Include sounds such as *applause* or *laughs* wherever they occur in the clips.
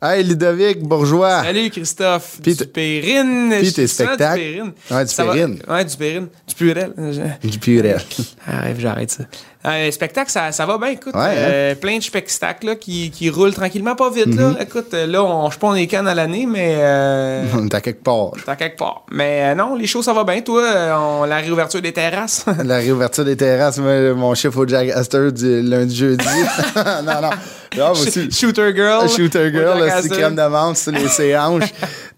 Hey, Ludovic Bourgeois! Salut Christophe, Puis du t- Périne. puis Je tes dis souvent spectacles. Du Périne. Ouais, du Ça va- Périne. Ouais, du Périne. Du Purel. Je- Du purel. *laughs* Arrête, j'arrête ça. Euh, spectacle, ça, ça va bien, écoute. Ouais, hein? euh, plein de spectacles là, qui, qui roulent tranquillement, pas vite. là. Mm-hmm. Écoute, euh, là, on, je pond les cannes à l'année, mais. *laughs* Euh, On est à quelque part. T'as quelque part. Mais euh, non, les shows, ça va bien. Toi, euh, on, la réouverture des terrasses. La réouverture des terrasses, moi, mon chiffre au Jack Astor du lundi jeudi. *laughs* non, non. Non, moi aussi. *laughs* Shooter Girl. Shooter Au Girl, Jack là, c'est Astor. crème d'amande sur les *laughs* séances.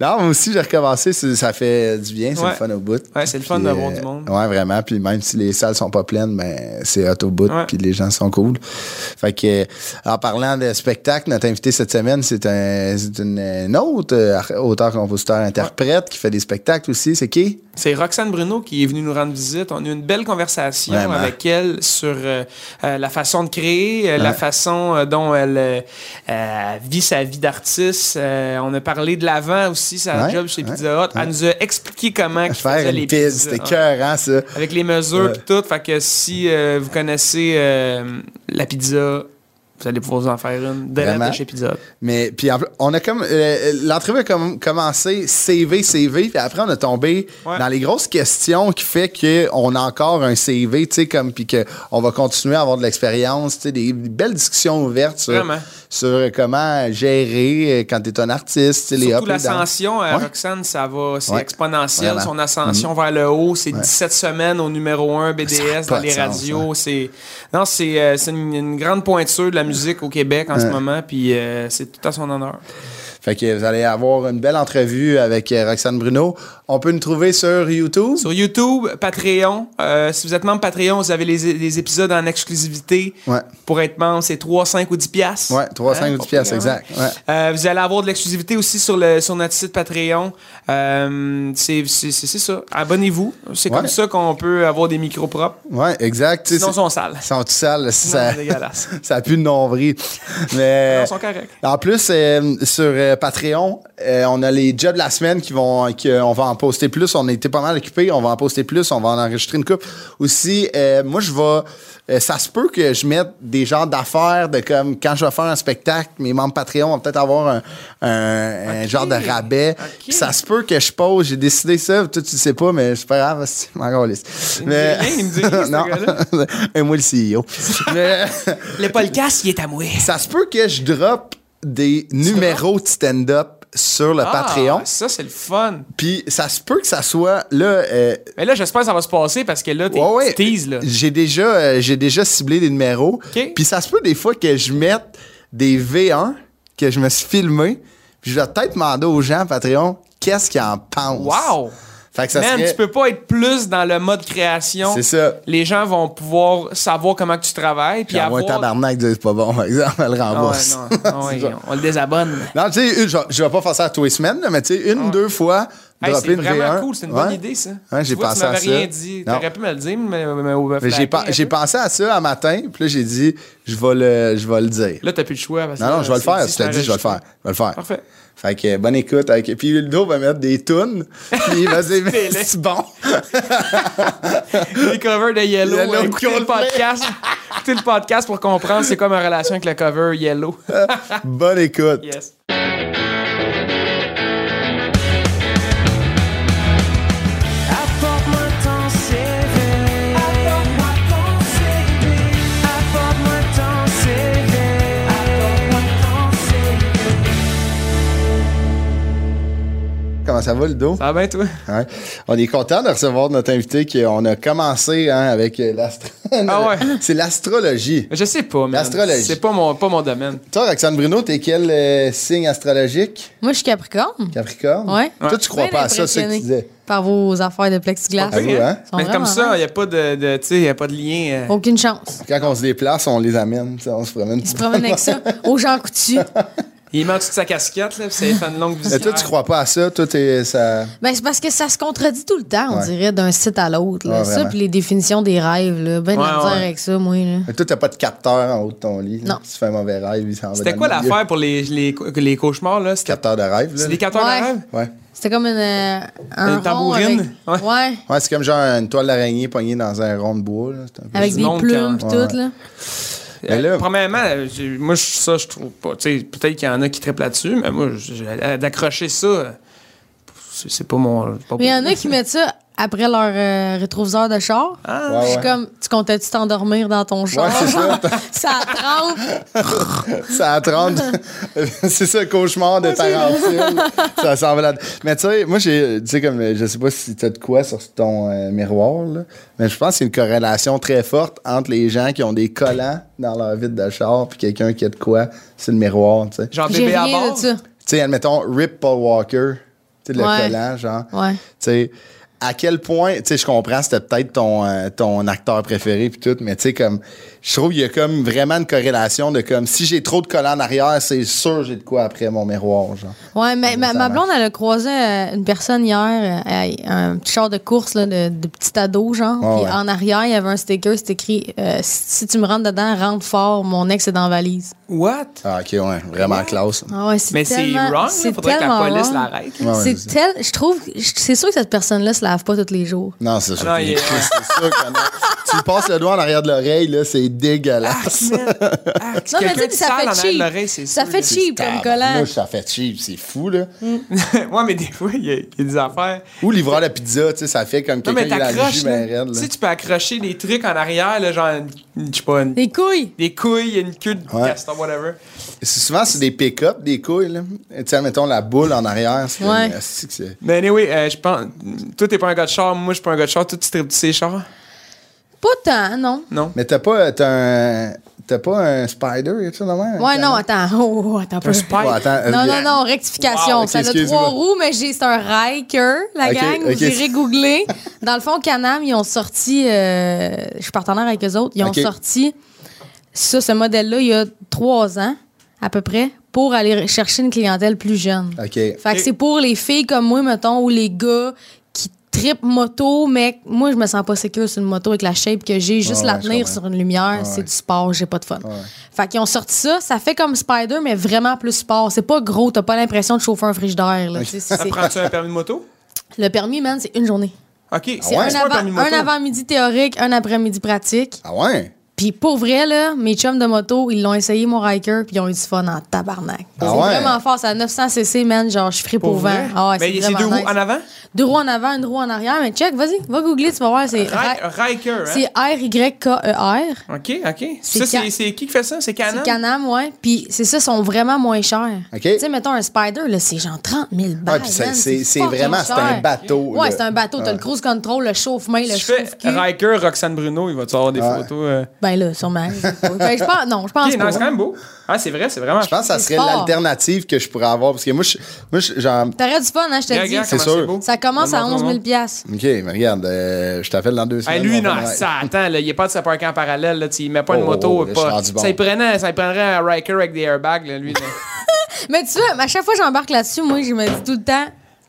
non, moi aussi, j'ai recommencé. c'est- Ça fait du bien, c'est Ouais. le fun au bout. Ouais, c'est le fun Puis, d'avoir euh, du monde. Ouais, vraiment. Puis même si les salles sont pas pleines, ben, c'est hot au bout. Ouais. Puis les gens sont cool. Fait que, euh, en parlant de spectacle, notre invité cette semaine, c'est un, c'est une, une autre euh, ar- auteur, compositeur, interprète qui fait des spectacles aussi. C'est qui? C'est Roxane Bruno qui est venue nous rendre visite. On a eu une belle conversation Vraiment. avec elle sur euh, euh, la façon de créer, euh, la façon euh, dont elle euh, euh, vit sa vie d'artiste. Euh, on a parlé de l'avant aussi, sa Ouais, job chez ouais, Pizza Hut. Elle ouais. nous a expliqué comment qu'ils Faire faisaient une les pizza. pizzas. C'était écœurant, ça. Avec les mesures Ouais. et tout. Fait que si euh, vous connaissez euh, la pizza, vous allez pouvoir vous en faire une de la Vraiment. de chez Pizza Hut. Mais puis en plus, on a comme euh, l'entrevue a comme- commencé CV CV puis après on a tombé Ouais. dans les grosses questions qui fait que on a encore un CV tu sais comme puis que on va continuer à avoir de l'expérience tu sais des belles discussions ouvertes sur, Vraiment. sur comment gérer euh, quand t'es un artiste tu sais, les Surtout up et down. l'ascension, euh, Ouais. Roxane, ça va, c'est Ouais. exponentiel. Vraiment. Son ascension vers le haut, c'est 17 semaines au numéro 1 BDS pas dans de les sens, hein. radios. C'est non, c'est euh, c'est une, une grande pointure de la musique au Québec en ce moment, puis euh, c'est tout à son honneur. Fait que vous allez avoir une belle entrevue avec euh, Roxane Bruno. On peut nous trouver sur YouTube. Sur YouTube, Patreon. euh, si vous êtes membre Patreon, vous avez les, les épisodes en exclusivité. Ouais. Pour être membre, c'est 3, 5 ou 10 piastres. Ouais, 3, 5 ou 10 piastres, Patreon. exact. Ouais. Euh, vous allez avoir de l'exclusivité aussi sur, le, sur notre site Patreon. Euh, c'est c'est- c'est- c'est ça. Abonnez-vous. C'est Ouais. comme ça qu'on peut avoir des micros propres. Ouais, exact. tu sais, Sinon, ils c'est- sont sales. Ils sont tout sales. si Non, ça, Euh, c'est dégueulasse. *laughs* ça pue de nombril. Mais, Non, ils sont corrects. En plus, euh, sur euh, Patreon, euh, on a les jobs de la semaine qui vont, qui, euh, on va en poster plus. On a été pas mal occupés. On va en poster plus. On va en enregistrer une coupe. Aussi, euh, moi, je vais. euh, ça se peut que je mette des genres d'affaires de comme quand je vais faire un spectacle, mes membres Patreon vont peut-être avoir un, un- un Ok. genre de rabais. Ok. Puis ça se peut que je pose. J'ai décidé ça. Toi, tu le sais pas, mais c'est pas grave. c'est- m'en calisse. Il me dit rien, il me dit rien, *laughs* ce Non. Et moi, le *laughs* CEO. mais Le podcast, il est à moi. ça se peut que je drop des numéros de stand-up sur le Ah, Patreon. Ça, c'est le fun. Puis ça se peut que ça soit là. euh, Mais là, j'espère que ça va se passer parce que là, t'es ouais, ouais, tu teases, là. J'ai déjà, euh, j'ai déjà ciblé des numéros. OK. Puis ça se peut des fois que je mette des V1 que je me suis filmé. Puis je vais peut-être demander aux gens Patreon qu'est-ce qu'ils en pensent. Wow! Fait que ça Man, serait- tu peux pas être plus dans le mode création. C'est ça. Les gens vont pouvoir savoir comment que tu travailles. Puis J'envoie avoir... un tabarnak, de c'est pas bon, par exemple, elle le Ah ouais, rembourse. non, *laughs* ah ouais, C'est ça. on le désabonne. Non, tu sais, une- je, je vais pas faire ça à tous les semaines, là, mais tu sais, une, deux fois, Ah. Hey, dropper c'est une vraiment V1. cool, c'est une Ouais. bonne idée ça. Ouais, Tu j'ai vois, pensé tu à m'avais ça. rien dit. Non. T'aurais pu me le dire, mais, mais, mais- Mais j'ai, flatter pen- un j'ai peu. pensé à ça un matin, puis là, j'ai dit, je vais le, je vais le dire. Là, t'as plus le choix. parce que non, non, là, je vais le c'est faire. dit, Je te c'est dis, je vais le faire. Je vais le faire. Parfait. Fait que euh, bonne écoute. Avec... Puis Ludo va mettre des tunes. Puis vas-y, *laughs* mais Fais-le. c'est bon. *laughs* les covers de Yellow. euh, Yellow écoutez le Coldplay. podcast. écoutez le podcast pour comprendre c'est quoi ma relation avec le cover Yellow. bonne écoute. yes. Apporte-moi ton CV. Apporte-moi ton CV. Apporte-moi ton CV. Apporte-moi ton CV. Comment ça va, Ludo? Ça va bien, toi? Ouais. On est content de recevoir notre invité qu'on a commencé hein, avec euh, l'astro. Ah ouais. *laughs* C'est l'astrologie. Je sais pas, mais L'astrologie. c'est pas mon, pas mon domaine. Toi, Roxane Bruno, t'es quel euh, signe astrologique? Moi, je suis Capricorne. Capricorne? Ouais. Toi, tu crois Bien pas à ça, c'est ce que tu disais. impressionnée Par vos affaires de plexiglas. Ah oui, Ok. hein? Ils sont Mais comme vraiment Oh. ça, hot. il n'y a pas de, de, tu sais, y a pas de lien. euh. Aucune chance. Quand on se déplace, on les amène. tu sais, On se promène. Tu te promènes *laughs* avec ça aux gens coutus. Il manque toute sa casquette, là, puis c'est fan de longue Mais visière. toi, tu crois pas à ça? Toi, t'es. Ça... Ben, c'est parce que ça se contredit tout le temps, on Ouais. dirait, d'un site à l'autre. là. Ouais, ça, vraiment. puis les définitions des rêves. Là. Ben, de Ouais, la misère ouais. avec ça, moi. Là. Mais toi, t'as pas de capteur en haut de ton lit. là. Non. Si tu fais un mauvais rêve, il s'en va. C'était dans quoi le milieu. l'affaire pour les, les, les cauchemars, là? C'était Capteur de rêve, là. c'est des cartons Ouais. de rêve? Ouais. C'était comme une, euh, un Une rond tambourine? avec- Ouais. ouais. Ouais, c'est comme genre une toile d'araignée poignée dans un rond de bois. là. C'est un peu- Avec du des monde plumes pis quand- tout, ouais. là. Mais Ben là- Euh, Premièrement, euh, j'ai- moi, je- ça, je trouve pas. Tu sais, peut-être qu'il y en a qui trippent là-dessus, mais moi, j'ai- euh, d'accrocher ça, euh, c'est c'est pas mon. c'est pas Mais il y en a qui mettent ça après leur euh, rétroviseur de char. Ah. Je suis ouais. comme, tu comptais-tu t'endormir dans ton char? Ouais, c'est ça. *laughs* ça trempe. *laughs* Ça à 30. c'est ça, cauchemar de Tarantine. ça s'en va là Mais tu sais, moi, j'ai. Tu sais, comme. euh, Je sais pas si t'as de quoi sur ton euh, miroir, là. Mais je pense qu'il y a une corrélation très forte entre les gens qui ont des collants dans leur vide de char puis quelqu'un qui a de quoi c'est le miroir, tu sais. Tu Genre J'ai bébé à rien bord. de ça. sais, admettons, Rip Paul Walker. Tu sais, le Ouais. collant, genre. Ouais. Tu sais. À quel point, tu sais, je comprends, c'était peut-être ton, euh, ton acteur préféré puis tout, mais tu sais, comme, je trouve qu'il y a comme vraiment une corrélation de comme, si j'ai trop de collants en arrière, c'est sûr j'ai de quoi après mon miroir, genre. Ouais, mais ma, ça ma marche. blonde, elle a croisé euh, une personne hier, euh, à- un petit char de course là, de, de petit ado, genre. Ouais, Puis Ah ouais. en arrière, il y avait un sticker, c'était écrit euh, Si tu me rentres dedans, rentre fort, mon ex est dans la valise. What? Ah, ok, ouais, vraiment classe. Ah ouais, c'est Mais c'est tellement- wrong, il c'est faudrait que la tellement police wrong. l'arrête. Ouais, ouais, C'est c'est- tel. Je trouve. je- C'est sûr que cette personne-là se lave pas tous les jours. Non, c'est sûr. Non, que- il est- c'est sûr que non. Tu lui passes le doigt en arrière de l'oreille, là, c'est Ah, dégueulasse. Ah, Non, mais tu quelqu'un sais, qui ça sale en fait arrière de cheap. l'oreille, c'est Ça sûr, fait là. cheap comme collant. Tabarnouche, ça fait cheap, c'est fou, là. *laughs* ouais, mais des fois, il y, a- il y a des affaires. Ou livreur de pizza, tu sais, ça fait comme Non, quelqu'un mais qui a la t'accroches. jume ben là. raide, Tu là. sais, tu peux accrocher des trucs en arrière, là, genre, une- je sais pas, une- Des couilles. des couilles, une queue de Ouais. castor, whatever. C'est souvent, c'est des pick-up, des couilles, là. Tu sais, mettons la boule en arrière, c'est comme, Ouais. euh, c'est que c'est- Mais anyway, euh, je pense. Toi, t'es pas un gars de char, moi, je suis pas un gars de char. Toi, tu tripes de ces chars? Pas tant, non. Non? Mais t'as pas, euh, t'as un, t'as pas un spider, et tout, non? Ouais, non, attends. Oh, oh, attends un peu. spider. Ouais, attends, euh, Non, non, euh, non, rectification. Wow, ok, ça a excuse-moi. trois roues, mais j'ai c'est un Riker, la Ok, gang. ok. Vous irez googler. Dans le fond, Canam, ils ont sorti. euh, je suis partenaire avec eux autres. Ils ont Ok. sorti ça, ce modèle-là, il y a trois ans, à peu près, pour aller chercher une clientèle plus jeune. OK. Fait que c'est pour les filles comme moi, mettons, ou les gars qui tripent moto, mais moi, je me sens pas sécure sur une moto avec la shape que j'ai. Juste Ouais, la ouais, je tenir comprends. sur une lumière, c'est du sport, j'ai pas de fun. Fait qu'ils ont sorti ça, ça fait comme Spider, mais vraiment plus sport. C'est pas gros, t'as pas l'impression de chauffer un frigidaire. Là. *laughs* Tu sais, c'est- Ça prend-tu un permis de moto? Le permis, man, c'est une journée. OK. C'est Ah ouais? un C'est pas un avant- permis de moto. un avant-midi théorique, un après-midi pratique. Ah ouais? Puis pour vrai, là, mes chums de moto, ils l'ont essayé, mon Riker, puis ils ont eu du fun en tabarnak. Ah c'est ouais? vraiment fort, c'est à 900cc, man, genre, je suis free pour, vent. vrai? Ah ouais, Mais c'est vraiment deux roues nice. en avant? Deux roues en avant, une roue en arrière. Mais check, vas-y, va googler, tu vas voir. C'est Ri- R- E Riker, hein? c'est R-Y-K-E-R. OK, OK. C'est Ça, c'est Can- c'est qui qui fait ça? C'est Canon? C'est Canam, ouais. Puis c'est ça, sont vraiment moins chers. OK. Tu sais, mettons un Spider, là, c'est genre 30 000 balles. puis c'est- man, c'est- c'est fucking vraiment- c'est un cher. bateau, là. Ouais, c'est un bateau. T'as le cruise control, le chauffe-main, le Je fais chauffe-cul. Riker, Roxane Bruno, il va te avoir des Ouais. photos. euh. Ben *laughs* là, sûrement. je sais pas. Ben, je pense, non, je pense OK, non, pas. c'est quand même beau. Ah, c'est vrai, c'est vraiment. Je pense que ça C'est serait fort. l'alternative que je pourrais avoir. Parce que moi, je, moi je- genre. T'aurais du fun, hein, je te Regarde, dis. regarde c'est comment sûr. beau. Ça commence à Montre-moi, 11 000 montre-moi. OK, mais regarde, euh, je t'appelle dans deux semaines. Hey, lui, on va non, voir. ça attend, là, il n'est pas de sa parking en parallèle, là, tu- il met pas Oh, une moto. oh, oh, je pas, suis rendu bon. ça, il prenait, ça il prendrait un Riker avec des airbags, là, lui. là. Mais tu vois, à chaque fois que j'embarque là-dessus, moi, je me dis tout le temps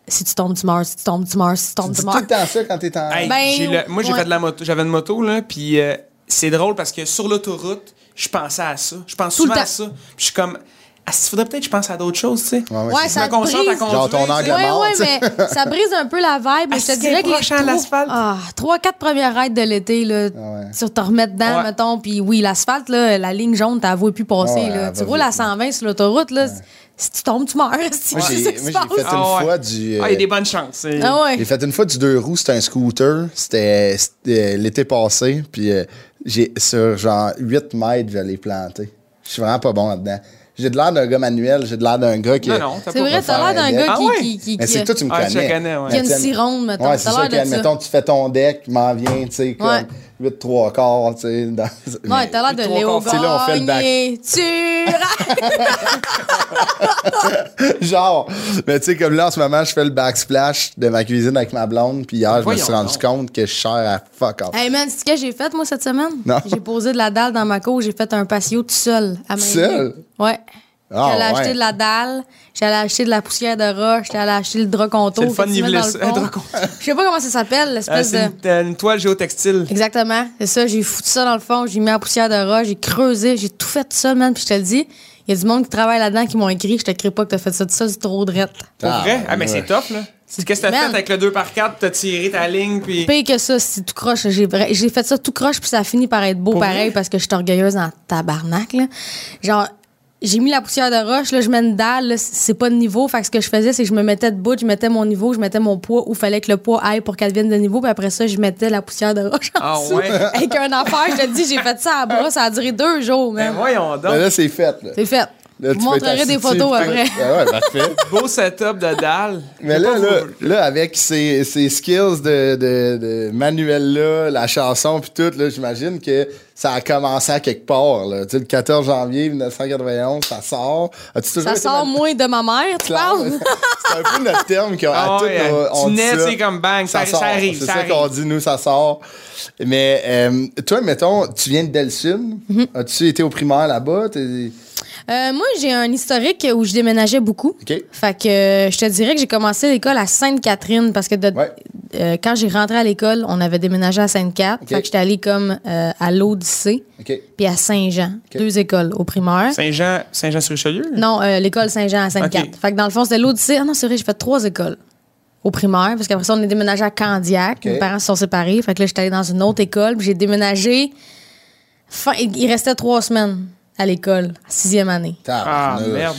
si tu tombes, tu meurs, si tu tombes, tu meurs, si Tu tu tombes, dis tu tout meurs. le temps ça quand t'es en. Hey, Ben, j'ai le- moi, j'ai ouais. fait de la moto, j'avais une moto, là, puis euh, c'est drôle parce que sur l'autoroute, je pensais à ça. Je pense Tout le souvent à temps. ça. Puis je suis comme, ah, il faudrait peut-être que je pense à d'autres choses, tu sais. Ouais, ouais, Ouais, c'est ça Je me concentre à brise. conduire. Genre ton tu sais. angle Ouais, mort, ouais, tu sais. mais ça brise un peu la vibe. mais je Ah, te dirais c'est que les proche, hein, l'asphalte. Ah, trois, quatre premières raids de l'été, là, Ah tu te remets dedans, Ouais. mettons. Puis oui, l'asphalte, là, la ligne jaune, t'as avoué plus passer. Ouais, là. elle Tu va roules vite, à 120 sur l'autoroute, là. Si tu tombes, tu meurs. *laughs* C'est Moi, j'ai ça moi, qui j'ai se fait passe. une Ah, ouais. fois du. Ah, il euh, y a des bonnes chances. c'est- Ah ouais. J'ai fait une fois du deux roues, c'était un scooter. C'était c'était l'été euh, passé. Puis euh, j'ai sur genre 8 mètres, je l'ai planté. Je suis vraiment pas bon là-dedans. J'ai de l'air d'un gars manuel, j'ai de l'air d'un gars qui. Non, non, t'as C'est pas vrai, besoin. t'as l'air d'un gars Ah qui, ouais? qui, qui, Mais qui- c'est que toi, tu me Ah, connais. je te connais, ouais. Mais Qui a une t'aimes- sironde, mettons. Ouais, c'est T'as ça, l'air qui, de ça. admettons, tu fais ton deck, m'en viens, tu sais, comme Ouais. 8, 3 quarts, tu sais. dans- Ouais, t'as l'air de Trois Léo quartiers, là, on fait le bac. Gagné. *laughs* Tu *laughs* Genre, mais tu sais, comme là, en ce moment, je fais le backsplash de ma cuisine avec ma blonde, puis hier, je me Voyons suis rendu donc. compte que je sers à fuck off. Hey man, c'est ce que j'ai fait moi cette semaine? Non. J'ai posé de la dalle dans ma cour, j'ai fait un patio tout seul à ma Seul? Ouais. Ah, j'allais ouais. acheter de la dalle, j'allais acheter de la poussière de roche, j'allais acheter le droconto. C'est le fun que tu mets niveler dans ça. le fond. Un droconto. *laughs* Je sais pas comment ça s'appelle, Ah, l'espèce c'est de. une, euh, une toile géotextile. Exactement. C'est ça, j'ai foutu ça dans le fond, j'ai mis la poussière de roche, j'ai creusé, j'ai tout fait tout seul, man, puis je te le dis. Il y a du monde qui travaille là-dedans qui m'ont écrit, je te crée pas que t'as fait ça tout seul, c'est trop drette. Pour Ah, vrai? Ah, mais c'est ouais. top, là. C'est- Qu'est-ce que t'as Man. fait avec le 2x4? T'as tiré ta ligne, puis. Pire que ça, si tout croche, j'ai vra- j'ai fait ça tout croche, puis ça a fini par être beau Pour pareil vrai? parce que je suis orgueilleuse en tabarnak. Là. Genre, j'ai mis la poussière de roche, là, je mets une dalle, là, c'est pas de niveau. Fait que ce que je faisais, c'est que je me mettais debout, je mettais mon niveau, je mettais mon poids où fallait que le poids aille pour qu'elle devienne de niveau, puis après ça, je mettais la poussière de roche en Ah dessous. ouais? *laughs* Avec un affaire, je te dis, j'ai fait ça à bras, ça a duré deux jours, Ben même. voyons Mais donc. là, c'est fait. Là. C'est fait. Là, Je tu vous peux être montrerai des assis photos dessus, après. puis- Ben *laughs* ouais, *laughs* parfait. Beau setup de dalle. Mais Je sais là, pas là, vous- là, avec ces, ces skills de, de, de manuel-là, la chanson puis tout, là, j'imagine que ça a commencé à quelque part. Là. Tu sais, le 14 janvier 1991, ça sort. As-tu toujours Ça été sort mal- moins de ma mère, tu parles? *laughs* C'est un peu notre terme qu'on Ah a ouais, euh, on tu dit nais, ça. c'est comme bang, ça- ça sort. arrive, C'est ça ça arrive. qu'on dit, nous, ça sort. Mais euh, toi, mettons, tu viens de Delsun. Mhm. As-tu été au primaire là-bas? T'es- Euh, moi, j'ai un historique où je déménageais beaucoup. OK. Fait que euh, je te dirais que j'ai commencé l'école à Sainte-Catherine parce que de- Ouais. euh, quand j'ai rentré à l'école, on avait déménagé à Sainte-Catherine. OK. Fait que j'étais allée comme euh, à l'Odyssée OK. puis à Saint-Jean. OK. Deux écoles au primaire. Saint-Jean, Saint-Jean-sur-Richelieu? Non, euh, l'école Saint-Jean à Sainte-Catherine. OK. Fait que dans le fond, c'était l'Odyssée. Ah non, c'est vrai, j'ai fait trois écoles au primaire parce qu'après ça, on est déménagé à Candiac. OK. Mes parents se sont séparés. Fait que là, j'étais allée dans une autre école puis j'ai déménagé. fin- Il restait trois semaines à l'école, sixième année. Ah, Tabarnouche. merde.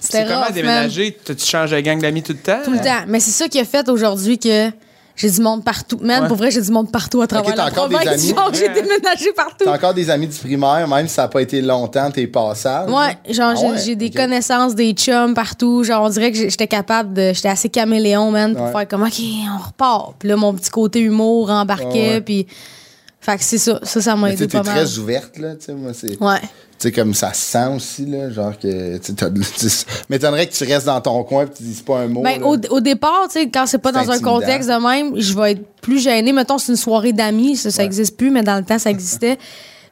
C'était C'est comment rough, man. déménager? Tu tu changes de gang d'amis tout le temps? Tout le temps. Mais c'est ça qui a fait aujourd'hui que j'ai du monde partout. Man, Ouais. pour vrai, j'ai du monde partout à travers t'as la encore des province. amis. Genre, j'ai Ouais. déménagé partout. T'as encore des amis du primaire, même si ça n'a pas été longtemps, t'es passable. Ouais, genre, Ah j'ai- ouais, j'ai des ok. connaissances, des chums partout. Genre, on dirait que j'ai- j'étais capable de. J'étais assez caméléon, man, pour Ouais. faire comme, OK, on repart. Puis là, mon petit côté humour embarquait. Ah ouais. Puis. Fait que c'est ça. Ça, ça m'a Mais aidé tu sais, t'es pas mal. très ouverte, là, tu sais, moi, c'est... Ouais. Tu sais, comme ça se sent aussi, là, genre que... Tu sais, t'as de- tu sais, m'étonnerait que tu restes dans ton coin et que tu dises pas un mot. Ben, Oh, là. au, au départ, tu sais, quand c'est pas C'est dans un intimidant. contexte de même, je vais être plus gênée. Mettons, c'est une soirée d'amis, ça, ça existe plus, mais dans le *laughs* temps, ça existait.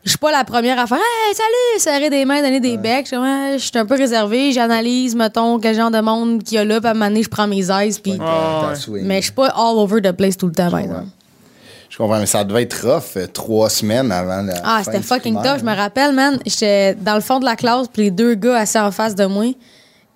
Je suis pas la première à faire Hey, salut, serrer des mains, donner des becs. Je suis comme, Ouais, je suis un peu réservée, j'analyse, mettons, quel genre de monde qu'il y a là, puis à un moment donné, je prends mes aises, puis. T'as- t'as ouais. swing. Mais je suis pas all over the place tout le temps, par exemple. Je comprends, mais ça devait être rough, euh, trois semaines avant la Ah, fin c'était du fucking primaire. tough. Je me rappelle, man, j'étais dans le fond de la classe, puis les deux gars assis en face de moi,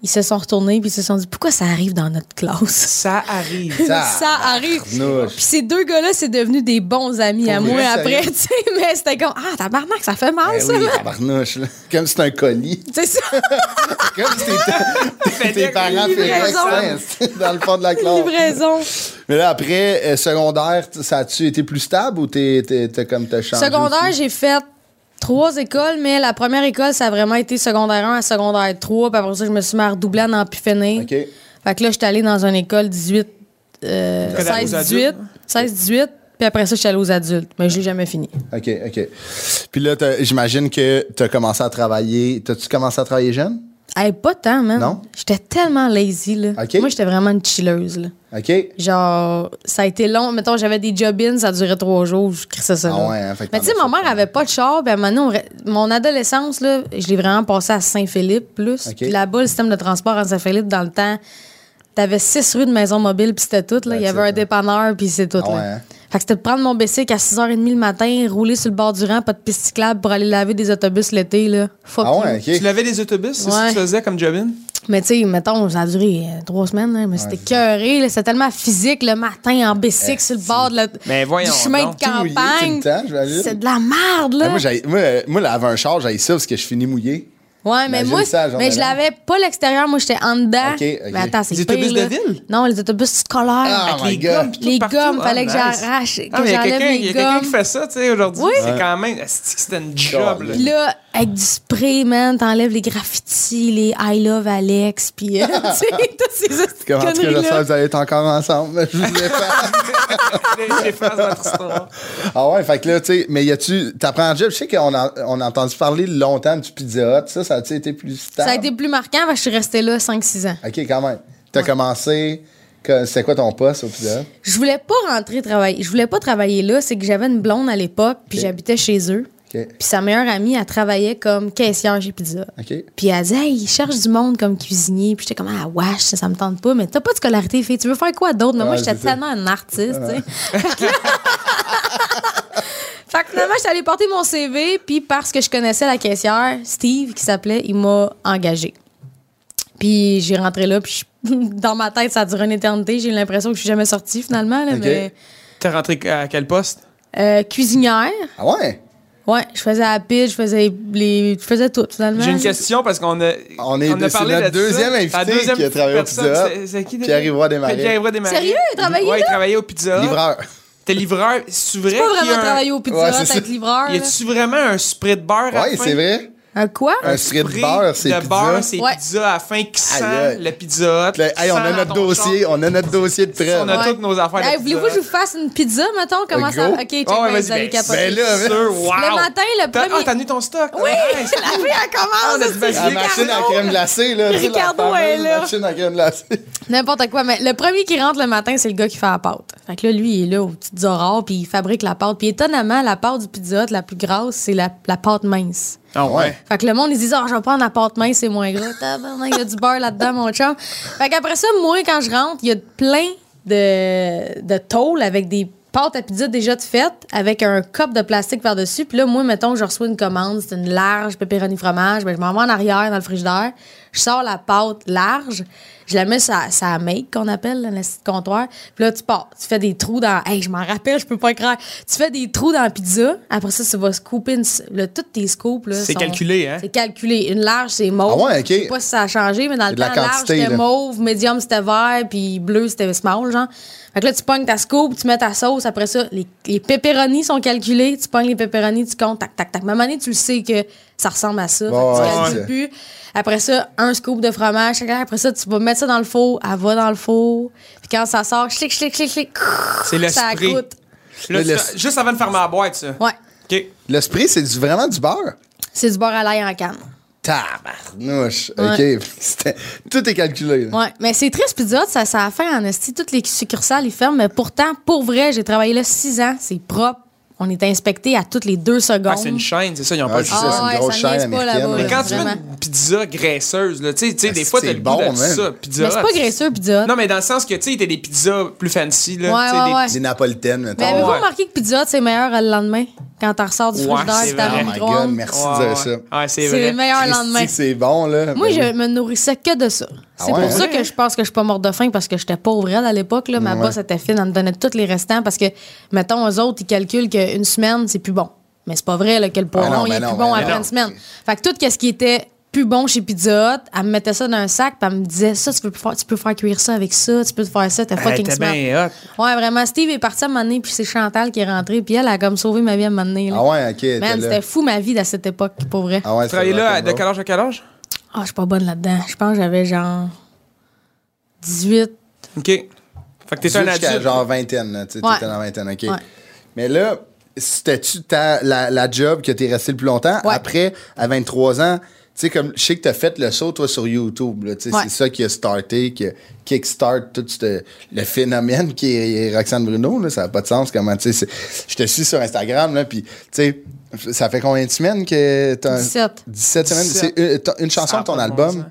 ils se sont retournés, puis ils se sont dit Pourquoi ça arrive dans notre classe Ça arrive. Ça, ça arrive. barnouche. Puis ces deux gars-là, c'est devenu des bons amis à Pour moi vrai, après, sérieux? *laughs* tu sais. Mais c'était comme, ah, tabarnak, ça fait mal, Ben ça. oui, là. tabarnouche, là. Comme c'est un colis. *laughs* C'est ça, Comme si *laughs* t'étais- tes Fait parents livraison. faisaient vaccin, *laughs* dans le fond de la classe. livraison. Mais là, après, euh, secondaire, t- ça a-tu été plus stable ou t'es, t'es- t'as comme t'as changé Secondaire, aussi? j'ai fait trois écoles, mais la première école, ça a vraiment été secondaire 1 à secondaire 3. Puis après ça, je me suis mis à redoubler à n'en plus finir. OK. Fait que là, j'étais allée dans une école 18, euh, École aux 16-18. adultes, 16-18. Puis après ça, je suis allée aux adultes. Mais je l'ai jamais fini. OK, OK. Puis là, t'as- j'imagine que t'as commencé à travailler. T'as-tu commencé à travailler jeune? Hey, pas tant, man. Non? J'étais tellement lazy, là. Ok. Moi, j'étais vraiment une chilleuse, là. OK? Ah Genre, ça a été long. Mettons, j'avais des job-ins, ça durait trois jours, je crissais ça. là. Ah ouais, hein, fait que Mais t'en tu sais, as ma fait, mère avait pas de char. puis à un moment donné, on re- mon adolescence, là, je l'ai vraiment passé à Saint-Philippe plus. Ok. Puis là-bas, le système de transport à Saint-Philippe, dans le temps, t'avais six rues de maisons mobiles, puis c'était tout. Là. Il y That's avait it, un hein. dépanneur, puis c'est tout. Ah là. ouais, hein. Fait que c'était de prendre mon bicycle à 6h30 le matin, rouler sur le bord du rang, pas de piste cyclable pour aller laver des autobus l'été. Là. Fuck you. Ah ouais, Tu OK. l'avais des autobus? C'est ça Ouais. que tu faisais comme Jobin? Mais tu sais, mettons, ça a duré euh, trois semaines, hein, mais c'était cœuré. là. C'était tellement physique le matin en bicycle sur le bord de la- Mais voyons du chemin donc, de tout mouillé tout campagne. le temps, j'imagine. Ben, C'est de la merde, là. Ah, moi, j'haïs- moi, euh, moi, là, avant un char, j'avais ça parce que je finis mouillé. Ouais, mais Imagine moi, ça, genre, mais je madame. l'avais pas l'extérieur, moi j'étais en dedans. Ok, ok. Mais attends, c'est Les pire, autobus de là. ville? Non, les autobus scolaires. Ah, Avec my les God. gommes, puis tout les partout. gommes, Ah, fallait que nice. j'arrache, que Ah, mais il y a j'enlève quelqu'un les il y a quelqu'un qui gommes. fait ça, tu sais, aujourd'hui. Oui. C'est quand même. asti que C'était une job, là. Puis là, avec du spray, man, t'enlèves les graffitis, les I love Alex, puis euh, *laughs* tu sais, toutes ces Comment est-ce que j'espère que conneries-là. vous allez être encore ensemble? *laughs* Je voulais pas. Les phrases dans votre histoire. Ah ouais, fait que là, tu sais, mais y a-tu. T'apprends un job, je sais qu'on a, on a entendu parler longtemps du Pizza Hut, ça, ça a-tu été plus stable? Ça a été plus marquant parce que je suis restée là 5-6 ans. Ok, quand même. T'as commencé. que- C'était quoi ton poste au Pizza Hut? Je voulais pas rentrer travailler. Je voulais pas travailler là. C'est que j'avais une blonde à l'époque, puis Ok. j'habitais chez eux. Ok. Puis sa meilleure amie, elle travaillait comme caissière chez Pizza. Ok. Puis elle disait, hey, il cherche du monde comme cuisinier. Puis j'étais comme, ah, wesh, ça, ça me tente pas. Mais t'as pas de scolarité, fille. Tu veux faire quoi d'autre? Mais moi, Ouais, j'étais c'est ça. tellement un artiste, tu sais. *laughs* Fait que- Fait que finalement, j'étais allée porter mon CV. Puis parce que je connaissais la caissière, Steve, qui s'appelait, il m'a engagée. Puis j'ai rentré là, puis je- *laughs* dans ma tête, ça a duré une éternité. J'ai eu l'impression que je suis jamais sortie finalement. là, Ok. mais, T'es rentré à quel poste? euh, cuisinière. Ah ouais? Ouais, je faisais la pile, je faisais les. Je faisais tout finalement. J'ai une question parce qu'on a. On est- a c'est parlé notre de ça. deuxième invité La deuxième qui a travaillé au Pizza personne, Hut. c'est- C'est qui Pierre-Yves Roy Desmarais. Pierre-Yves Desmarais. Sérieux, il travaillait Ouais, il là? travaillait au Pizza Hut. Livreur. T'es livreur. C'est vrai? J'ai pas qu'il y a vraiment un- travaillé au pizza Ouais, Hut c'est avec ça. livreur. Y là. a-tu vraiment un spray de beurre à la Ouais, fin? c'est vrai. Un quoi? Un spray de beurre, c'est De Pizza beurre, Hut. c'est Ouais. pizza à la fin qui sent Aïe, aïe. le pizza. Hut, Là, hey, on sent a dans notre ton dossier, char. on a notre dossier de prêt. On a toutes nos affaires de Hey, pizza. Voulez-vous que je vous fasse une pizza, mettons? Comment ça. go. Ok, check, Ouais, ouais, ben, vas-y, vous allez ben, capoter. ben là, Sûr, wow. Le matin, le T'as- Ah, premier- t'as mis ton stock. Oui! Nice. *laughs* La fille, elle Ah, on a commence! du c'est- La Ricardo. machine à crème glacée, là. tu sais, Ricardo la fameuse est là. machine à crème glacée. N'importe quoi, mais le premier qui rentre le matin, c'est le gars qui fait la pâte. Fait que là, lui, il est là aux petites aurores, puis il fabrique la pâte. Puis étonnamment, la pâte du pizza Hut, la plus grasse, c'est la, la pâte mince. Ah ouais. Fait que le monde, ils disent, ah, je vais prendre la pâte mince, c'est moins gras. *laughs* Tabarnak, il y a du beurre là-dedans, mon chum. Fait qu'après ça, moi, quand je rentre, il y a plein de, de tôles avec des pâtes à pizza déjà de faites, avec un cop de plastique par-dessus. Puis là, moi, mettons, que je reçois une commande, c'est une large pepperoni fromage, ben, je m'en vais en arrière dans le frigidaire, je sors la pâte large, je la mets sur la- sur la make, qu'on appelle, là, dans le site comptoir. Puis là, tu pars, tu fais des trous dans... Hey, je m'en rappelle, je peux pas croire. Tu fais des trous dans la pizza, après ça, tu vas scooper une... là, toutes tes scoops, là, C'est sont- calculé, hein? C'est calculé. Une large, c'est mauve. Ah ouais, ok. Je sais pas si ça a changé, mais dans le de la temps, large, quantité, c'était là. mauve, médium, c'était vert, puis bleu, c'était small, genre. Fait que là, tu pognes ta scoop, tu mets ta sauce. Après ça, les, les pepperonis sont calculés. Tu pognes les pepperonis, tu comptes, tac, tac, tac. Même année, tu le sais que ça ressemble à ça. Fait que Ouais, tu ouais, calcules ouais. plus. Après ça, un scoop de fromage. chacun. Après ça, tu vas mettre ça dans le four. Elle va dans le four. Puis quand ça sort, clic, clic, clic, clic. C'est le Ça spray. croûte. Là, Le- tu- Juste avant de fermer la boîte, ça. Ouais. OK. Le spray, c'est du- vraiment du beurre. C'est du beurre à l'ail en canne. Tabarnouche. Ouais. OK. *laughs* C'était- Tout est calculé. là. Ouais, mais c'est triste, Pizza Hut, ça, ça a fait en esti. Toutes les succursales, ils ferment. Mais pourtant, pour vrai, j'ai travaillé là six ans. C'est propre. On est inspecté à toutes les deux secondes. Ah, c'est une chaîne, c'est ça, ils ont Ah, pas le c'est choix. ça, c'est une Ah ouais, grosse ça niaise chaîne pas américaine. là-bas, là. Mais quand tu Vraiment. veux une pizza graisseuse, là, tu sais, tu sais, des Ah, fois, t'as c'est le bon, goût de man. ça, pizza mais c'est Hut. pas graisseux, Pizza Hut. Non, mais dans le sens que, tu sais, t'as des pizzas plus fancy, là. Ouais, tu sais, ouais, des- ouais. Des napolitaines, mettons. mais avez-vous Ouais. remarqué que Pizza Hut, c'est meilleur euh, le lendemain? Quand t'en ressors du Ouais, frigidaire, c'est puis t'as Oh vrai. le my micro-ondes. God, merci Ouais, de dire ouais. ça. Ouais, c'est C'est vrai. le meilleur le Christy, lendemain. que C'est bon, là. Moi, Ben je oui. me nourrissais que de ça. C'est ouais, pour ça hein? que je pense que je suis pas morte de faim parce que j'étais pauvre à l'époque. Là. Ma boss était fine, elle me donnait tous les restants parce que, mettons, eux autres, ils calculent qu'une semaine, c'est plus bon. Mais c'est pas vrai là, que le poiron, Ah non, il mais est non, plus bon mais après non. une semaine. Fait que tout ce qui était plus bon chez Pizza Hut, elle me mettait ça dans un sac puis elle me disait ça, tu peux, faire, tu peux faire cuire ça avec ça, tu peux te faire ça, t'es Hey, fucking T'es smart. bien hot. Ouais, vraiment, Steve est parti à un moment donné puis c'est Chantal qui est rentrée puis elle a comme sauvé ma vie à un moment donné. là. Ah ouais, OK. t'es Man, là. c'était fou ma vie à cette époque, pour vrai. Ah ouais, Tu travaillais c'est là de rock'n'roll. quel âge à quel âge? Ah, je suis pas bonne là-dedans. Je pense que j'avais genre 18. OK. Fait que t'es un Jusqu'à adulte. genre vingtaine, là, tu sais, Ouais. t'étais dans la vingtaine, OK. Ouais. Mais là, c'était-tu ta- la, la job que t'es resté le plus longtemps? Ouais. Après, à 23 ans, tu sais, comme je sais que t'as fait le saut, toi, sur YouTube, là, tu sais, Ouais. c'est ça qui a starté, qui a kickstart tout ce- le phénomène qui est Roxane Bruno, là, ça n'a pas de sens, comment, tu sais, c'est- je te suis sur Instagram, là, puis, tu sais, ça fait combien de semaines que t'as... 17. 17 semaines, 17. c'est une, t'as une chanson Ça a de ton pas de bon album, sens.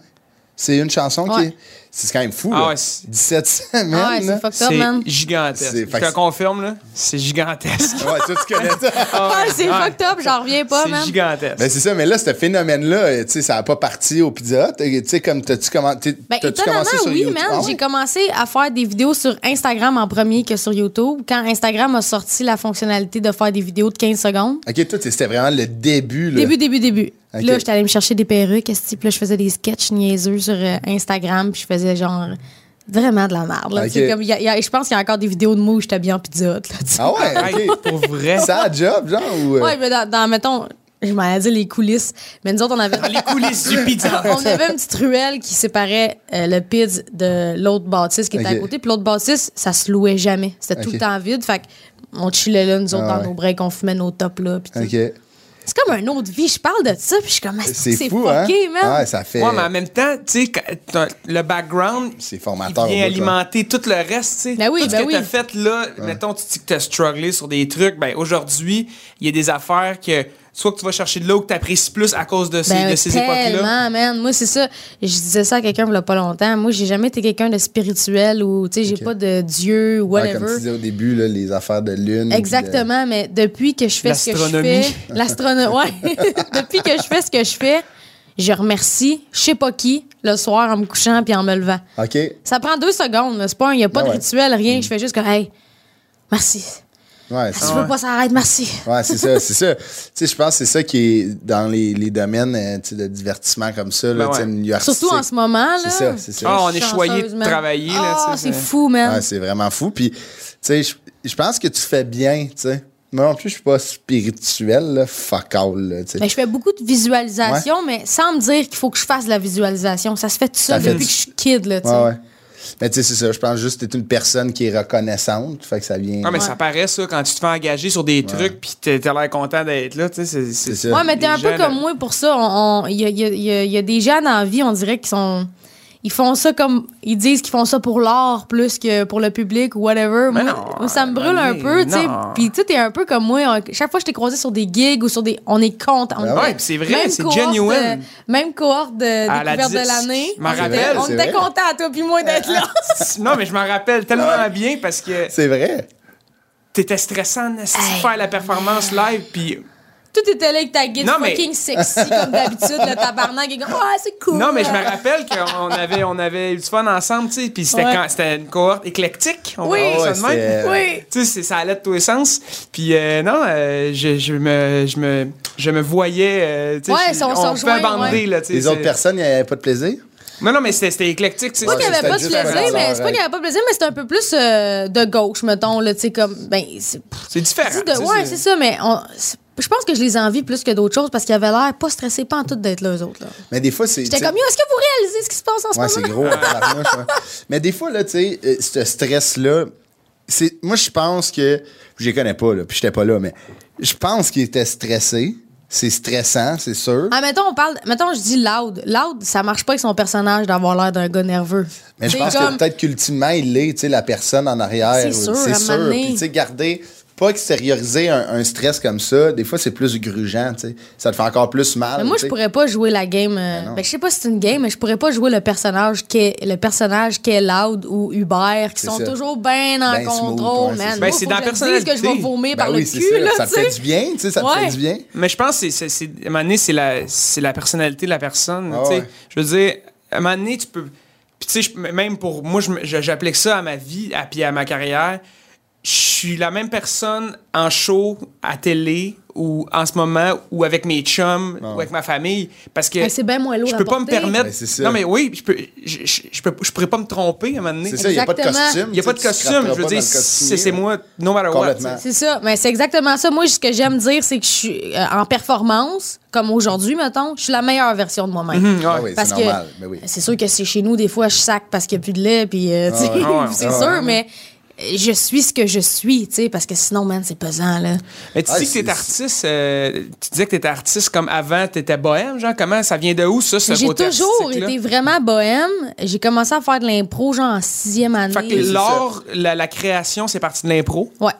c'est une chanson qui Ouais. est... C'est quand même fou, Ah là. ouais, c'est- 17 *laughs* semaines, Ah ouais, là. c'est fucked up, man. C'est gigantesque. C'est- Je fait que- te confirme, là, c'est gigantesque. Ouais, toi, tu connais ça. *laughs* Ah, c'est fucked up, j'en reviens pas, man. C'est gigantesque. *laughs* Ben, c'est ça, mais là, ce phénomène-là, euh, tu sais, ça n'a pas parti au Pizza Hut. Euh, Tu sais, comme, t'as-tu commen- t'es- Ben, t'as-tu étonnamment, commencé sur oui, YouTube? man. Ah ouais? J'ai commencé à faire des vidéos sur Instagram en premier que sur YouTube. Quand Instagram a sorti la fonctionnalité de faire des vidéos de 15 secondes. OK, toi, t'es- c'était vraiment le début, là. Début, début, début. Ok. Là, j'étais allée me chercher des perruques, esti, puis là, je faisais des sketchs niaiseux sur euh, Instagram, puis je faisais genre vraiment de la merde. là, tu sais, Ok. comme il y a- il y a- Je pense qu'il y a encore des vidéos de moi où j'étais bien en pizza. hut, Là, tu sais. Ah ouais, Hey, ok. pour vrai. Ça a job, genre, ou. euh, Ouais, mais dans, dans, mettons, je m'en allais dire les coulisses, mais nous autres, on avait. Les coulisses du pizza. *laughs* on avait une petite ruelle qui séparait euh, le PIDS de l'autre bâtisse qui était Ok. à côté. Puis l'autre bâtisse, ça se louait jamais. C'était tout Ok. le temps vide. Fait que on chillait là, nous autres, Ah dans ouais. nos breaks, on fumait nos tops là. puis tout. Ok. ben, C'est comme une autre vie. Je parle de ça, puis je suis comme, Ah, C'est c'est fou, hein? fucké, man. Ouais, ça fait. Ouais, mais en même temps, tu sais, quand t'as le background, C'est il formateur. vient au bout, là. alimenter tout le reste, tu sais. Ben oui, tout ce ben que oui. t'as fait là, mettons, tu dis que t'as strugglé sur des trucs, ben aujourd'hui, il y a des affaires que soit que tu vas chercher de l'eau que t'apprécies plus à cause de ces, Ben, de ces époques-là. tellement, man. Moi, c'est ça. Je disais ça à quelqu'un il y a pas longtemps. Moi, j'ai jamais été quelqu'un de spirituel ou, tu sais, j'ai Ok. pas de Dieu ou Ouais, comme tu whatever. disais au début, là, les affaires de lune. Exactement, mais depuis que je fais ce que je L'astronomie. fais, l'astronomie, *laughs* ouais. depuis que je fais ce que je fais, je remercie, je sais pas qui, le soir en me couchant puis en me levant. puis de- Ok. Ça prend deux secondes, là. c'est pas, il y a pas Ben de ouais. rituel, rien. Je fais juste que, hey, merci. Ah, Ouais, Si c'est je veux pas s'arrêter, merci. Ouais, c'est ça, c'est ça. Tu sais, je pense que c'est ça qui est dans les, les domaines euh, tu sais, de divertissement comme ça, là, Ben tu sais, ouais. milieu Surtout en artistique. ce moment, là. C'est ça, c'est ça. Ah, on est Chanceuse, choyé de man. travailler, là, Ah, tu sais, c'est ça- fou, man. Ouais, c'est vraiment fou. Puis, tu sais, je- je pense que tu fais bien, tu sais. Moi non plus, je suis pas spirituel, là, fuck all, là, tu sais. Ben, je fais beaucoup de visualisation, mais sans me dire qu'il faut que je fasse de la visualisation. Ça se fait tout seul fait depuis du- que je suis kid, là, tu sais. Ouais, ouais. Mais tu sais, c'est ça, je pense juste que tu es une personne qui est reconnaissante, fait que ça vient... Ah, mais Ouais. ça paraît, ça, quand tu te fais engager sur des trucs, puis t'as t'as l'air content d'être là, tu sais. c'est- C'est c'est- ça. Ouais, mais t'es Les un peu gens, comme là- moi pour ça. On- on- Il y a, il y a- il y a- il y a des gens dans la vie, on dirait qu'ils sont. Ils font ça comme. Ils disent qu'ils font ça pour l'art plus que pour le public ou whatever. Mais Moi, non, moi, ça me brûle un mais peu, tu sais. non. Puis, tu sais, t'es un peu comme moi. on- Chaque fois que je t'ai croisé sur des gigs ou sur des. On est content. Ah On- Ben ouais, puis c'est vrai, même c'est cohorte, genuine. euh, même cohorte de À la découverte de disque, l'année. je m'en On était- rappelle, On c'est était vrai. contents, toi puis moi, d'être *laughs* là. *laughs* non, mais je m'en rappelle tellement bien parce que C'est vrai. t'étais stressant de faire la performance live, puis Tout était là avec ta guide Non, mais- fucking sexy, comme d'habitude, le tabarnak. Et comme, ouais, c'est cool. Non, mais je me rappelle qu'on avait, on avait eu du fun ensemble, tu sais. Puis c'était Ouais. quand- c'était une cohorte éclectique, on va Oui. dire ça de Ah ouais, même. c'était- Oui. Tu sais, c'est- ça allait de tous les sens. Puis euh, non, euh, je, je, me, je, me, je me voyais. euh, tu sais, Ouais, je- ça, on on s'en fait un rejoint, bandé, ouais. là, tu sais. Les c'est- autres personnes, il n'y avait pas de plaisir? Non, non, mais c'était c'était éclectique, tu sais. C'est pas qu'il n'y avait c'était pas de juste plaisir, un mais c'est hasard, pas qu'il n'y avait pas de plaisir, mais c'est un peu plus euh, de gauche, mettons, là, tu sais, comme, ben, c'est... C'est différent. dis de- tu Ah, sais, ouais, c'est ça, mais on- c'est- je pense que je les envie plus que d'autres choses parce qu'ils avaient l'air pas stressés, pas en tout d'être là, eux autres, là. Mais des fois, c'est... J'étais tu sais- comme, yo, est-ce que vous réalisez ce qui se passe en ce Ouais, c'est moment? gros. tabarnouche, ouais. Mais des fois, là, tu sais, euh, ce stress-là, c'est... Moi, je pense que... Je les connais pas, là, puis j'étais pas là, mais... Je pense qu'il était stressé. C'est stressant, c'est sûr. Ah, mettons, on parle, mettons, je dis loud. Loud, ça marche pas avec son personnage d'avoir l'air d'un gars nerveux. Mais je C'est pense comme- que peut-être qu'ultimement, il l'est, tu sais, la personne en arrière. C'est sûr, à un moment donné. Puis, tu sais, garder, pas extérioriser un, un stress comme ça, des fois, c'est plus grugeant, tu sais. Ça te fait encore plus mal. Mais Ah, moi, tu je sais. pourrais pas jouer la game. euh, ben, je sais pas si c'est une game, mais je pourrais pas jouer le personnage qui est, le personnage qui est Loud ou Hubert, qui C'est sont ça. toujours bien en Ben smooth, contrôle, ouais, c'est man. ça. Ben, Moi, c'est faut dans que la je me dise que je vais personnalité. vomir Ben par oui, le c'est cul, ça. là, ça tu te fait sais. du bien, tu sais, ça te Ouais. fait du bien. Mais je pense que c'est- c'est- c'est- à un moment donné, c'est la, c'est la personnalité de la personne. Ah tu sais. ouais. Je veux dire, à un moment donné, tu peux. Puis tu sais, je- même pour moi, je me- je- j'applique ça à ma vie à, puis à ma carrière. Je suis la même personne en show, à télé, ou en ce moment, ou avec mes chums, ou avec ma famille. Parce que Hey, c'est bien moins lourd je à peux pas me porter. permettre. Ben, Ah c'est ça. non, mais oui, je, peux, je, je, je peux, je pourrais pas me tromper à un moment donné. C'est ça, il n'y a pas de Exactement. costume. Il n'y a pas de tu sais, tu te costume. Je rattrapes veux pas dire, dans le costumier, c'est c'est là. moi, no matter what. tu sais. Complètement. C'est ça, mais c'est exactement ça. Moi, ce que j'aime dire, c'est que je suis euh, en performance, comme aujourd'hui, mettons, je suis la meilleure version de moi-même. Ouais. Ah oui, c'est Parce que normal. Mais oui. c'est sûr que c'est chez nous, des fois, je sac parce qu'il n'y a plus de lait, puis euh, tu sais, ouais. Ah ouais. *laughs* c'est Ah ouais. sûr, mais euh, je suis ce que je suis, tu sais, parce que sinon, man, c'est pesant, là. Mais tu Ah, dis que t'es c'est- artiste, euh, tu disais que t'étais artiste comme avant, t'étais bohème, genre, comment, ça vient de où, ça, ce J'ai côté toujours artistique-là? été vraiment bohème. J'ai commencé à faire de l'impro, genre, en sixième année. Fait que l'art, la, la création, c'est parti de l'impro. Ouais.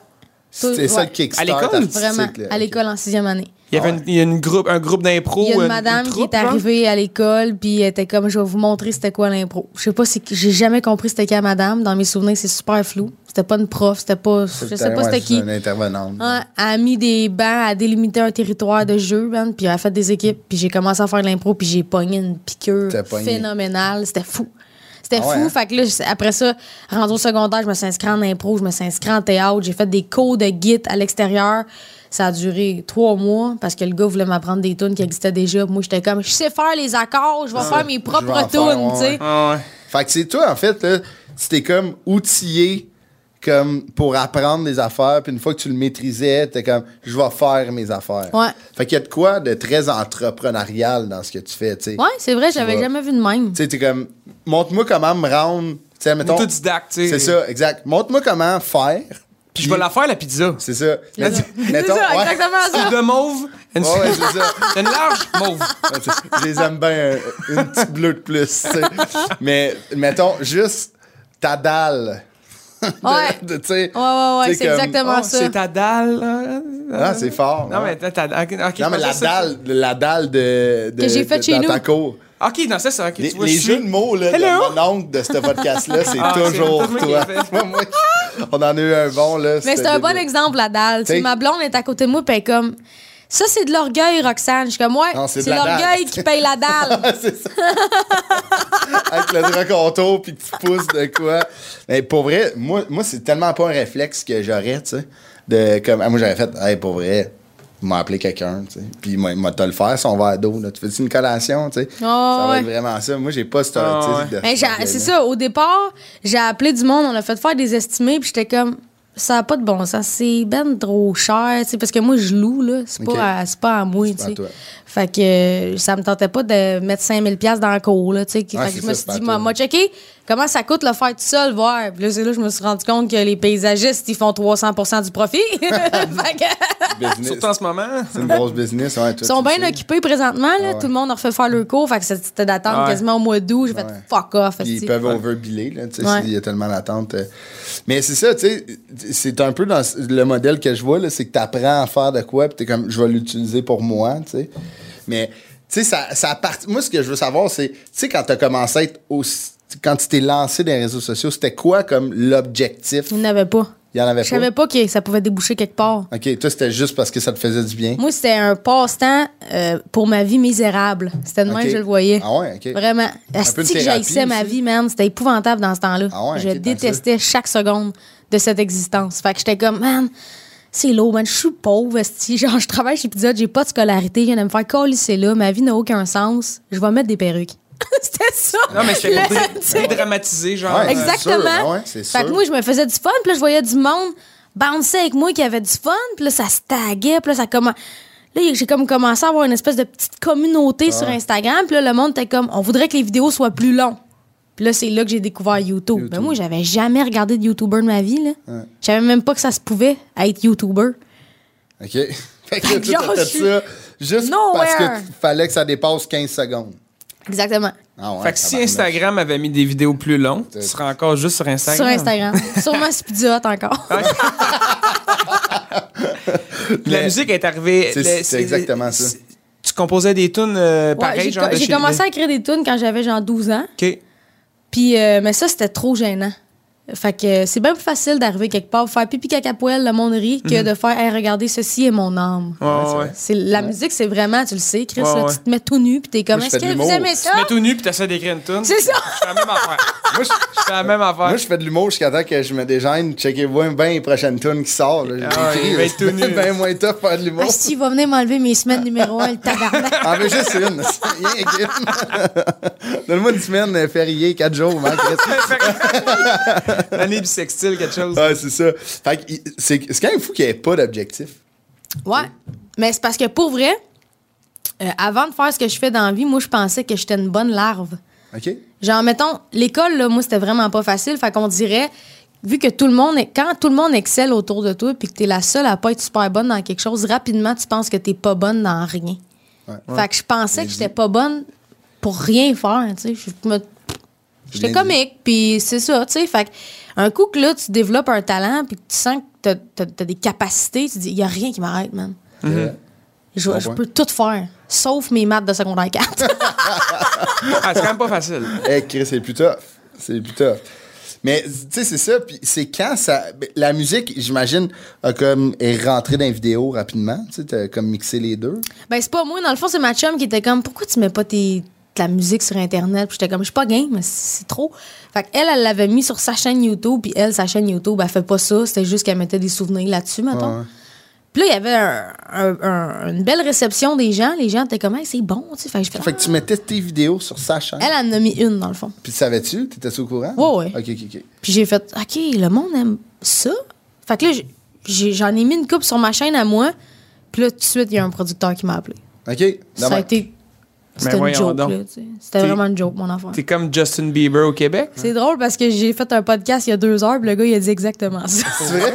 C'est ça le kickstart. À l'école? artistique, Vraiment, là. à l'école en sixième année. Il y Ah avait une, il y a une groupe, un groupe d'impro. Il y a une- une madame une qui troupe, hein? est arrivée à l'école, puis elle était comme, je vais vous montrer c'était quoi l'impro. Je sais pas si j'ai jamais compris c'était qui la madame. Dans mes souvenirs, c'est super flou. C'était pas une prof, c'était pas, je sais pas Ouais, c'était qui. Une intervenante. Ouais, elle a mis des bancs, à délimiter un territoire de jeu, man, puis elle a fait des équipes, puis j'ai commencé à faire de l'impro, puis j'ai pogné une piqûre T'as pogné. phénoménale. C'était fou. C'était Ah ouais, fou. hein? Fait que là, je- après ça, rendu au secondaire, je me suis inscrite en impro, je me suis inscrite en théâtre, j'ai fait des cours de git à l'extérieur. Ça a duré trois mois parce que le gars voulait m'apprendre des tunes qui existaient déjà. Moi, j'étais comme, je sais faire les accords, je vais faire Ah vais mes en faire, propres tunes, tu ouais, sais. Ah ouais. Fait que c'est toi, en fait, là, tu t'es comme outillé comme pour apprendre des affaires, puis une fois que tu le maîtrisais, t'es comme « je vais faire mes affaires Ouais. Fait qu'il y a de quoi de très entrepreneurial dans ce que tu fais, tu sais. Ouais, c'est vrai, je l'avais vas- jamais vu de même. Tu sais, t'es comme « montre-moi comment me rendre... » Tu sais, mettons... Autodidacte, tu sais. C'est ça, exact. « Montre-moi comment faire... » Puis je vais la faire, la pizza. C'est ça. *laughs* C'est ça, Mettons, ouais. exactement Ah, ça. Une de mauve, une, Ouais, Ah ouais, c'est ça. *laughs* une large mauve. Ouais, tu sais, je les aime bien euh, une petite bleue de plus. tu sais. Mais mettons juste ta dalle. Ouais. De- de- tu sais, Ouais, ouais, ouais, tu sais, c'est comme- exactement Oh, ça. c'est ta dalle. euh, Ah, c'est fort. Non, ouais. mais ta ta- ok, ok, Non, mais la ça, c'est- dalle, la dalle de, de- Que j'ai faite de- chez dans nous. ta cour. Ok, non, ça, c'est ok. Les, tu vois, les je suis- jeux de mots là, Hello? de mon oncle de ce podcast-là, c'est Ah, c'est toujours toujours toi. moi *laughs* qui l'ai fait. Moi, moi, on en a eu un bon. Là, Mais c'est un bon exemple, la dalle. Tu sais, T'sais- ma blonde est à côté de moi, puis elle est comme. Ça, c'est de l'orgueil, Roxane. Je suis comme, ouais, Non, c'est de c'est la dalle. l'orgueil qui paye la *laughs* dalle. Ah, c'est ça. Avec le draconto puis que tu pousses de quoi. Mais pour vrai, moi, moi c'est tellement pas un réflexe que j'aurais, tu sais. De, comme, ah, moi, j'aurais fait, hey, pour vrai, m'a appelé quelqu'un, tu sais. Puis il m'a- il m'a te le faire, son verre d'eau. là. Tu fais une collation, tu sais. ça va Oh, ouais. être vraiment ça. Moi, j'ai pas cette. Ah, tu sais, ouais. de- Mais j'ai- de- c'est ça, au départ, j'ai appelé du monde, on a fait faire des estimés, puis j'étais comme, ça n'a pas de bon sens. C'est ben trop cher, tu sais, parce que moi, je loue, là. C'est Ok. pas, à- c'est pas à moi, tu pas à sais. toi. Fait que euh, ça me tentait pas de mettre 5000$ dans le cours, là, tu sais. Ouais, fait que Ah, c'est je ça, me suis c'est dit, pas à moi, toi. moi, checker comment ça coûte le faire tout seul, voir. Puis là, c'est là que je me suis rendu compte que les paysagistes, ils font 300 du *laughs* profit. Fait que- business. Surtout en ce moment. C'est une grosse business, ouais. Ils sont bien occupés présentement. Là. Ah ouais. Tout le monde a refait faire le cours. Fait que c'était d'attendre Ouais. quasiment au mois d'août. J'ai fait Ah, Ouais. fuck off. Puis esti. ils peuvent overbiller, là, tu sais, Ouais. s'il y a tellement d'attente. euh. Mais c'est ça, tu sais, c'est un peu dans le modèle que je vois, là, c'est que tu apprends à faire de quoi, puis t'es comme, je vais l'utiliser pour moi, tu sais. Mais, tu sais, ça, ça part... moi, ce que je veux savoir, c'est, tu sais, quand t'as commencé à être aussi... Quand tu t'es lancé dans les réseaux sociaux, c'était quoi comme l'objectif? Ils n'avaient pas. Il y en avait Je savais pas. pas que ça pouvait déboucher quelque part. OK, toi, c'était juste parce que ça te faisait du bien. Moi, c'était un passe-temps euh, pour ma vie misérable. C'était de même Ok. que je le voyais. Ah ouais, ok. Vraiment. peu de Asti que thérapie j'haïssais ma aussi. vie, man. C'était épouvantable dans ce temps-là. Ah ouais, je ok, tant que détestais chaque seconde de cette existence. Fait que j'étais comme, man, c'est lourd, man. Je suis pauvre, esti. *laughs* Genre, je travaille chez Pizza, Hut, j'ai pas de scolarité. Je viens de me faire colisser là. Ma vie n'a aucun sens. Je vais mettre des perruques. *laughs* c'était ça. Non, mais c'était pour *laughs* Le- dé- dédramatiser, genre. Ouais. euh, Exact. Exactement. sûr, ah ouais, c'est fait que sûr. moi, je me faisais du fun, puis là, je voyais du monde bouncer avec moi qui avait du fun, puis là, ça se taguait, puis là, ça commence. Là, j'ai comme commencé à avoir une espèce de petite communauté sur Instagram, puis là, le monde était comme, on voudrait que les vidéos soient plus longues. Puis là, c'est là que j'ai découvert YouTube. Mais moi, j'avais jamais regardé de YouTuber de ma vie, là. Je savais même pas que ça se pouvait être YouTuber. OK? *laughs* Fait que Fait que tu *laughs* genre, as je fait suis ça juste parce nowhere. que t- fallait que ça dépasse 15 secondes. Exactement. Ah ouais, Fait que si tabarnak. Instagram avait mis des vidéos plus longues, tu serais encore juste sur Instagram. Sur Instagram. Sûrement c'est Pizza Hut encore. Puis La Mais- musique est arrivée. C'est- le- c'est exactement ça. c'est- Tu composais des tunes euh, Ouais, pareilles, j'ai genre. co- de j'ai chez- commencé à écrire des tunes quand j'avais genre 12 ans. Ok. Puis, euh, mais ça, c'était trop gênant. Fait que euh, c'est bien plus facile d'arriver quelque part, faire pipi caca poêle, le monde rit, que de faire, hey, regardez, ceci est mon âme. Mhm. Ouais, ouais. C'est, la musique, c'est vraiment, tu le sais, Chris, Ouais, là, ouais. tu te mets tout nu, puis t'es comme, Moi, je est-ce fais de que vous l'humour. aimez ça? Tu mets tout nu puis t'essaies d'écrire une tune. Ah! C'est ça. Je fais la même affaire. *laughs* Moi, je- Je fais la même affaire. Moi, je fais de l'humour jusqu'à temps que je me déjeune. Checkez-vous bien les prochaines tunes qui sortent. là. Ah, J'ai écrit, il va là, être tout *laughs* nu. c'est bien moins tough faire de l'humour. Ah, si, il va venir m'enlever mes semaines numéro un, le tabarnak. En veux juste une. *laughs* c'est rien qu'une. Donne-moi une *laughs* semaine euh, fériée, quatre jours, man, Chris. *laughs* L'année bisextile, quelque chose. Ah, c'est ça. Fait que, il- c'est c'est quand même fou qu'il n'y ait pas d'objectif. Ouais. Mais c'est parce que pour vrai, euh, avant de faire ce que je fais dans la vie, moi, je pensais que j'étais une bonne larve. OK? Genre, mettons, l'école, là, moi, c'était vraiment pas facile. Fait qu'on dirait, vu que tout le monde, est- quand tout le monde excelle autour de toi, puis que t'es la seule à pas être super bonne dans quelque chose, rapidement, tu penses que t'es pas bonne dans rien. Fait que je pensais que j'étais pas bonne pour rien faire, tu sais. Je me- J'étais bien dit. comique, puis c'est ça, tu sais. Fait que un coup que là, tu développes un talent, puis que tu sens que t'as- t'as t'as des capacités, tu dis, il y a rien qui m'arrête, man. Euh, Mhm. Je, Bon je point. peux tout faire, sauf mes maths de secondaire 4. Ah, c'est quand même pas facile. Hey, Eh, Chris, c'est plus tough. C'est plus tough. Mais, tu sais, c'est ça. Puis c'est quand ça. ben, La musique, j'imagine, a comme, est rentrée dans les vidéos rapidement. Tu sais, t'as comme mixé les deux. Ben, c'est pas moi. Dans le fond, c'est ma chum qui était comme Pourquoi tu mets pas tes, de la musique sur Internet. Puis j'étais comme, je suis pas game, mais c'est c'est trop. Fait qu'elle, elle l'avait mis sur sa chaîne YouTube. Puis elle, sa chaîne YouTube, elle fait pas ça. C'était juste qu'elle mettait des souvenirs là-dessus, mettons. Puis là, il y avait un- un- un- une belle réception des gens. Les gens étaient comme, Hey, c'est bon, tu sais. Fait que j'ai fait, Fait que tu mettais tes vidéos sur sa chaîne. elle, elle en a mis une, dans le fond. Puis savais-tu? T'étais-tu au courant? Ouais, ouais. OK, OK, OK. Puis j'ai fait, OK, le monde aime ça. Fait que là, j'ai- j'en ai mis une coupe sur ma chaîne à moi. Puis là, tout de suite, il y a un producteur qui m'a appelé. OK. Ça a été. C'était une voyons joke, donc. là, tu sais. C'était T'es- vraiment une joke, mon enfant. T'es comme Justin Bieber au Québec. C'est drôle parce que j'ai fait un podcast il y a deux heures, puis le gars, il a dit exactement ça. C'est vrai?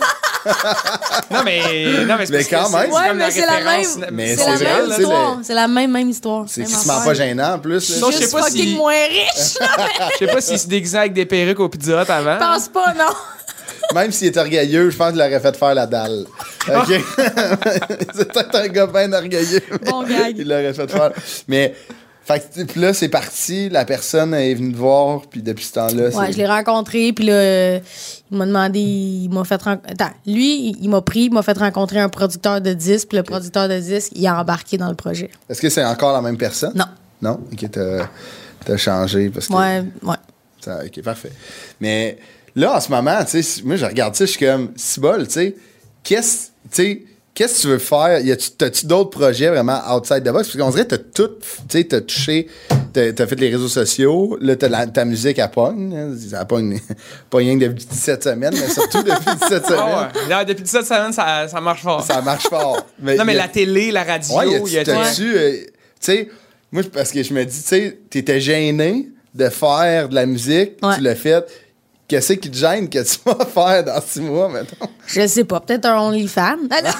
Non, mais, non, mais c'est Mais parce quand même. que c'est- c'est *laughs* Ouais, comme mais c'est la référence même- Mais C'est c'est la vrai, même tu sais, histoire. le- C'est la même, même histoire. C'est Même crissement affaire. pas gênant, en plus. là. Non, je sais Juste pas fucking si- moins *laughs* riche, là, mais Je sais pas s'il se déguisait avec des perruques au Pizza Hut avant. je pense pas, non. Même s'il était orgueilleux, je pense qu'il l'aurait fait faire la dalle. Ah. OK? *laughs* c'est peut-être un gars bien orgueilleux. mais Bon gag. Il l'aurait fait faire. Mais, fait que, tu sais, puis là, c'est parti. La personne est venue te voir, puis depuis ce temps-là, Ouais, c'est- je l'ai rencontré, puis là, euh, il m'a demandé, il m'a fait ren- Attends, lui, il- il m'a pris, il m'a fait rencontrer un producteur de disques, puis le producteur de disques, il a embarqué dans le projet. Est-ce que c'est encore la même personne? Non. Non? OK, t'as, t'as changé parce que... Ouais, ouais. Ça, ok, parfait. Mais là, en ce moment, tu sais, moi, je regarde ça, je suis comme, cibole, tu sais, qu'est-ce tu sais, qu'est-ce que tu veux faire? Y a-tu- T'as-tu d'autres projets vraiment outside the box? Parce qu'on dirait que t'as tout, tu sais, t'as touché, t'as t'as fait les réseaux sociaux, là, t'as la- ta musique à pogne, hein, à pogne, *laughs* pas rien que depuis 17 semaines, mais surtout depuis 17 semaines, Ah ouais. Non, depuis 17 semaines, ça, ça marche fort. ça marche fort. non, mais y a- la télé, la radio, Ouais, il y a t'as-tu, euh, tu sais, moi, je- parce que je me dis, tu sais, t'étais gêné de faire de la musique, Ouais. tu l'as fait. Qu'est-ce qui te gêne que tu *laughs* vas faire dans six mois, maintenant? Je sais pas, peut-être un OnlyFans. *laughs*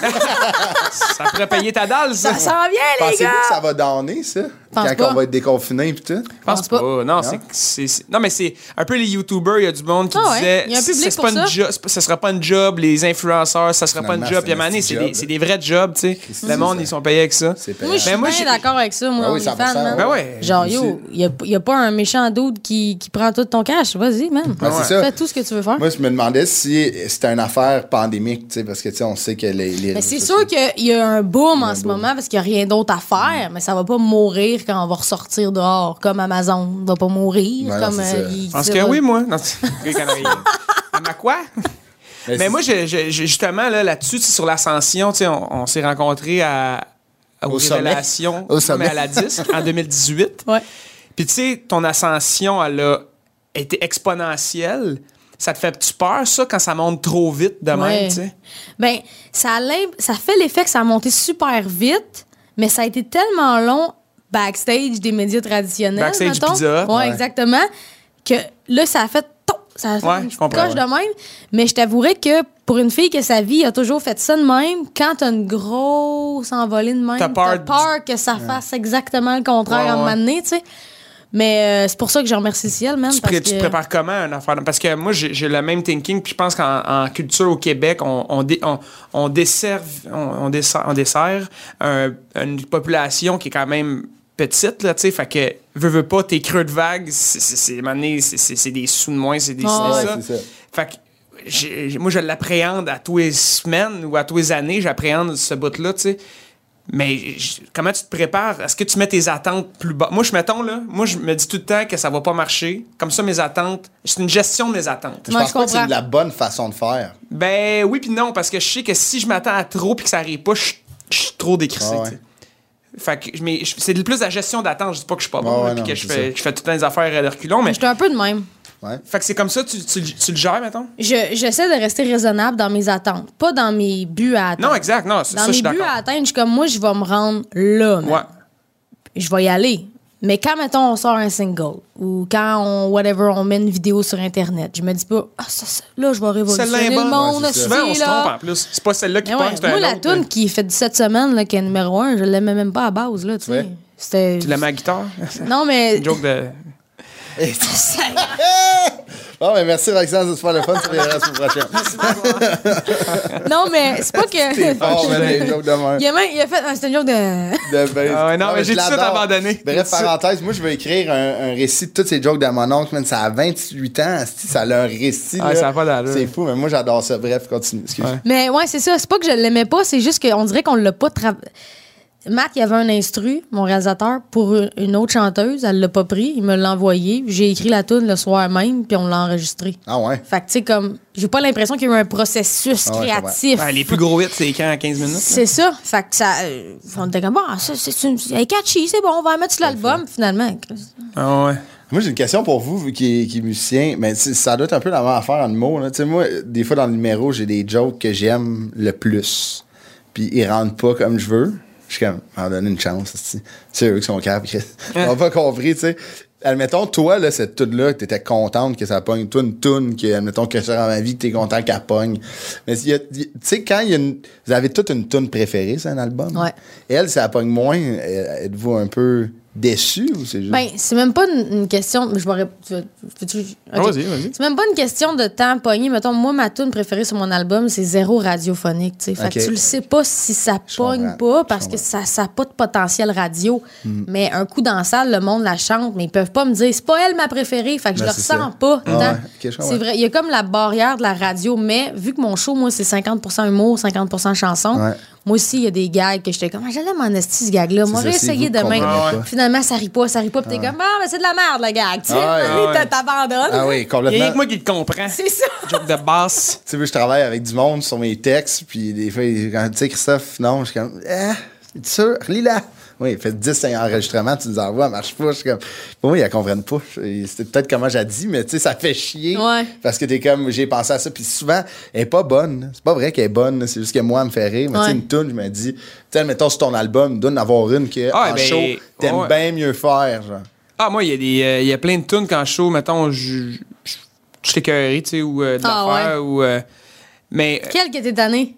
Ah, non, Ça pourrait payer ta dalle, ça. ça s'en vient, les Pensez-vous gars! que ça va donner, ça? Pense quand pas. on va être déconfiné et tout? Je pense pense pas. pas. Non, c'est- c'est- c'est- non, mais c'est un peu les YouTubers, il y a du monde qui Ah ouais, disait il y a un public c'est pour pas une ça. jo- c'est pas- ça sera pas une job, les influenceurs, ça sera pas une Finalement, job. c'est Puis à un un moment donné, petit c'est job. des, c'est des vrais jobs, tu sais. Christ, Le monde, c'est ils sont payés avec ça. C'est payant. Moi, je suis Ben, moi, bien j'ai- d'accord avec ça, moi, Ah oui, OnlyFans, 100%, man. ouais. Ben ouais. Genre, Aussi. yo, il n'y a, pas un méchant doute qui, qui prend tout ton cash. Vas-y, man. Ouais, Ben, c'est ça. Fais tout ce que tu veux faire. Moi, je me demandais si c'était une affaire pandémique, tu sais, parce que, tu sais, on sait que les. les mais c'est réseaux sûr sociaux- qu'il y a un boom en ce boom. moment parce qu'il n'y a rien d'autre à faire, mais ça va pas mourir quand on va ressortir dehors, comme Amazon va pas mourir. Ouais, Ben non, comme, c'est euh, ça. il- Je pense c'est que vrai. oui, moi. Non, c'est- *laughs* Gros connerie. Ah, ma quoi? Mais Mais c'est- moi, je- je- je- justement, là, là-dessus, tu sais, sur l'ascension, tu sais, on, on s'est rencontrés à, à- Au aux sommet. révélations, Au sommet. mais à la disque, en 2018. Ouais. Puis tu sais, ton ascension, elle a été exponentielle. Ça te fait-tu peur, ça, quand ça monte trop vite de Ouais. même, tu sais? Ben, ça, a l'im- ça fait l'effet que ça a monté super vite, mais ça a été tellement long backstage des médias traditionnels. Backstage mettons. Pizza Hut, Ouais, ouais. exactement. Que là, ça a fait. toc, Ça a fait Ouais, une je comprends, coche ouais. de même. Mais je t'avouerais que pour une fille que sa vie a toujours fait ça de même, quand t'as une grosse envolée de même, T'as t'as peur peur, du- que ça fasse exactement le contraire Ouais, à un ouais. moment donné, tu sais. Mais euh, c'est pour ça que je remercie le ciel, même. Tu, te pré- tu te prépares comment à une affaire? de- Parce que moi, j'ai j'ai le même thinking, puis je pense qu'en en culture au Québec, on, on, dé- on, on desserve- on, on dessert, on dessert un- une population qui est quand même petite, là, tu sais, fait que, veux, veux pas, tes creux de vague, c'est- c'est c'est- à un moment donné, c'est- c'est c'est des sous de moins, c'est des Ouais, c'est ouais, ça. c'est ça. Fait que, j'ai- moi, je l'appréhende à tous les semaines ou à tous les années, j'appréhende ce bout-là, tu sais. Mais je- comment tu te prépares? Est-ce que tu mets tes attentes plus bas? Moi, je mettons, là, moi, je me dis tout le temps que ça va pas marcher. Comme ça, mes attentes, c'est une gestion de mes attentes. Je Moi, pense je pas que c'est comprends. de la bonne façon de faire. *laughs* Ben oui, puis non, parce que je sais que si je m'attends à trop puis que ça arrive pas, je je suis trop décrissé. Ah ouais. tu sais. Fait que je- mais je- c'est plus la gestion d'attente. Je dis pas que je suis pas bon, Ah ouais, là, puis non, que je c'est fais, je fais tout le temps des affaires de reculons, mais. J'étais un peu de même. Ouais. Fait que c'est comme ça, tu, tu, le- tu le gères, mettons? Je- J'essaie de rester raisonnable dans mes attentes, pas dans mes buts à atteindre. Non, exact, non, c'est- Dans ça, je mes suis buts d'accord. à atteindre, je suis comme moi, je vais me rendre là. man. Ouais. Je vais y aller. Mais quand, mettons, on sort un single ou quand on, whatever, on met une vidéo sur Internet, je me dis pas, ah, ça, ça, là, je vais révolutionner Celle-là est le bonne. monde. Ouais, c'est aussi, Souvent, on se là. trompe en plus. C'est pas celle-là qui Mais ouais, pense, c'est moi, un la autre. euh, toune qui fait 17 semaines, là, qui est numéro 1, je l'aimais même pas à base, là, tu sais. Ouais. C'était. Tu l'as mis à la guitare? *laughs* Non, mais. Une joke de. Bon, ben merci, Roxane, c'est super le fun. Tu verras la semaine prochaine. non, mais c'est *laughs* pas que. Oh, ben, les jokes de même. il, a même, il a fait. ah, C'était une joke de. De base. Ah ouais, non, mais je j'ai tout de suite l'adore. abandonné. Tout de Bref, suite. parenthèse, moi, je vais écrire un, un récit de toutes ces jokes de mon oncle, man. Ça a 28 ans, asti, ça a un récit. là. Ah, ça a pas d'allure. C'est fou, mais moi, j'adore ça. Bref, continue. Excuse. Ouais. Mais ouais, c'est ça. C'est pas que je l'aimais pas, c'est juste qu'on dirait qu'on l'a pas travaillé. Matt, il y avait un instru, mon réalisateur, pour une- une autre chanteuse. Elle l'a pas pris. Il me l'a envoyé. J'ai écrit la tune le soir même, puis on l'a enregistrée. Ah ouais. Fait que, tu sais, comme, j'ai pas l'impression qu'il y a eu un processus Ah ouais, je créatif. Ouais, Ben, les plus gros hits, c'est quand à 15 minutes? C'est ça. Fait que ça. euh, on était comme, ah, ça, c'est une- elle est catchy, c'est bon, on va la mettre sur l'album, finalement. Ah ouais. Moi, j'ai une question pour vous qui, qui est musicien. Mais tu sais, ça doit être un peu la même affaire en mots. Là. Tu sais, moi, des fois, dans le numéro, j'ai des jokes que j'aime le plus. Puis ils rentrent pas comme je veux. Je suis comme, en donner une chance. C'est c'est eux qui sont capables. Chris. Ils n'ont pas compris, tu sais. Admettons, toi, là, cette toune-là, que t'étais contente que ça pogne. Toi, une toune que, admettons, que ça rend ma vie, que t'es content qu'elle pogne. Mais il y a- il- tu sais, quand il y a une- vous avez toute une toune préférée, c'est un album. Ouais. Elle, ça pogne moins. euh, Êtes-vous un peu déçu ou c'est juste. Ben, c'est même pas une, une question. mais Je m'aurais. tu veux- veux-tu- ok. Ah, Vas-y, vas-y. C'est même pas une question de temps pogné. Mettons, moi, ma tune préférée sur mon album, c'est zéro radiophonique. tu sais. Fait Ok. que tu le sais pas si ça pogne comprends, Hmm. pas je parce que ça n'a pas de potentiel radio. Mais un coup dans la salle, le monde la chante, mais ils peuvent pas me dire c'est pas elle ma préférée. Fait que je Ben, le c'est ça. ressens pas. Ah dedans. ouais, ok, je comprends. c'est vrai. Il y a comme la barrière de la radio, mais vu que mon show, moi, c'est 50 humour, 50 chanson, Ouais. moi aussi, il y a des gags que j'étais comme ah, j'allais m'en esti ce gag-là. Moi, ça, c'est réessayer vous que demain. comprenez pas. Puis Finalement, ça rit pas, ça rit pas, pis t'es comme, ah, mais c'est de la merde, le gag. Tu sais, Ah ouais, *laughs* T'as- ouais. t'as- t'abandonnes. Ah *laughs* oui, Il y a complètement. rien que moi qui le comprends. C'est ça. Joke de basse. Tu sais, moi, je travaille avec du monde sur mes textes, puis des fois, ils- quand tu sais, Christophe, non, je suis comme, ah, es sûr, lis-la. Oui, il fait 10 enregistrements, tu nous envoies, elle marche pas. Je suis comme, pour moi, ils la comprennent pas. Je- C'est peut-être comment j'ai dit, mais tu sais, ça fait chier. Ouais. Parce que t'es comme, j'ai pensé à ça, puis souvent, elle est pas bonne. C'est pas vrai qu'elle est bonne, c'est juste que moi, elle me fait rire. Mais tu sais, Ouais. une tune, je me dis, tu sais, mettons sur ton album, donne avoir une que, Ah, en ben, show, t'aimes ouais. bien mieux faire, genre. Ah, moi, il y, a des, euh, il y a plein de tunes quand je show, mettons, je je- je t'écœurerai, tu sais, ou euh, de Ah, l'affaire, ou... euh, mais Quelle que t'es tannée?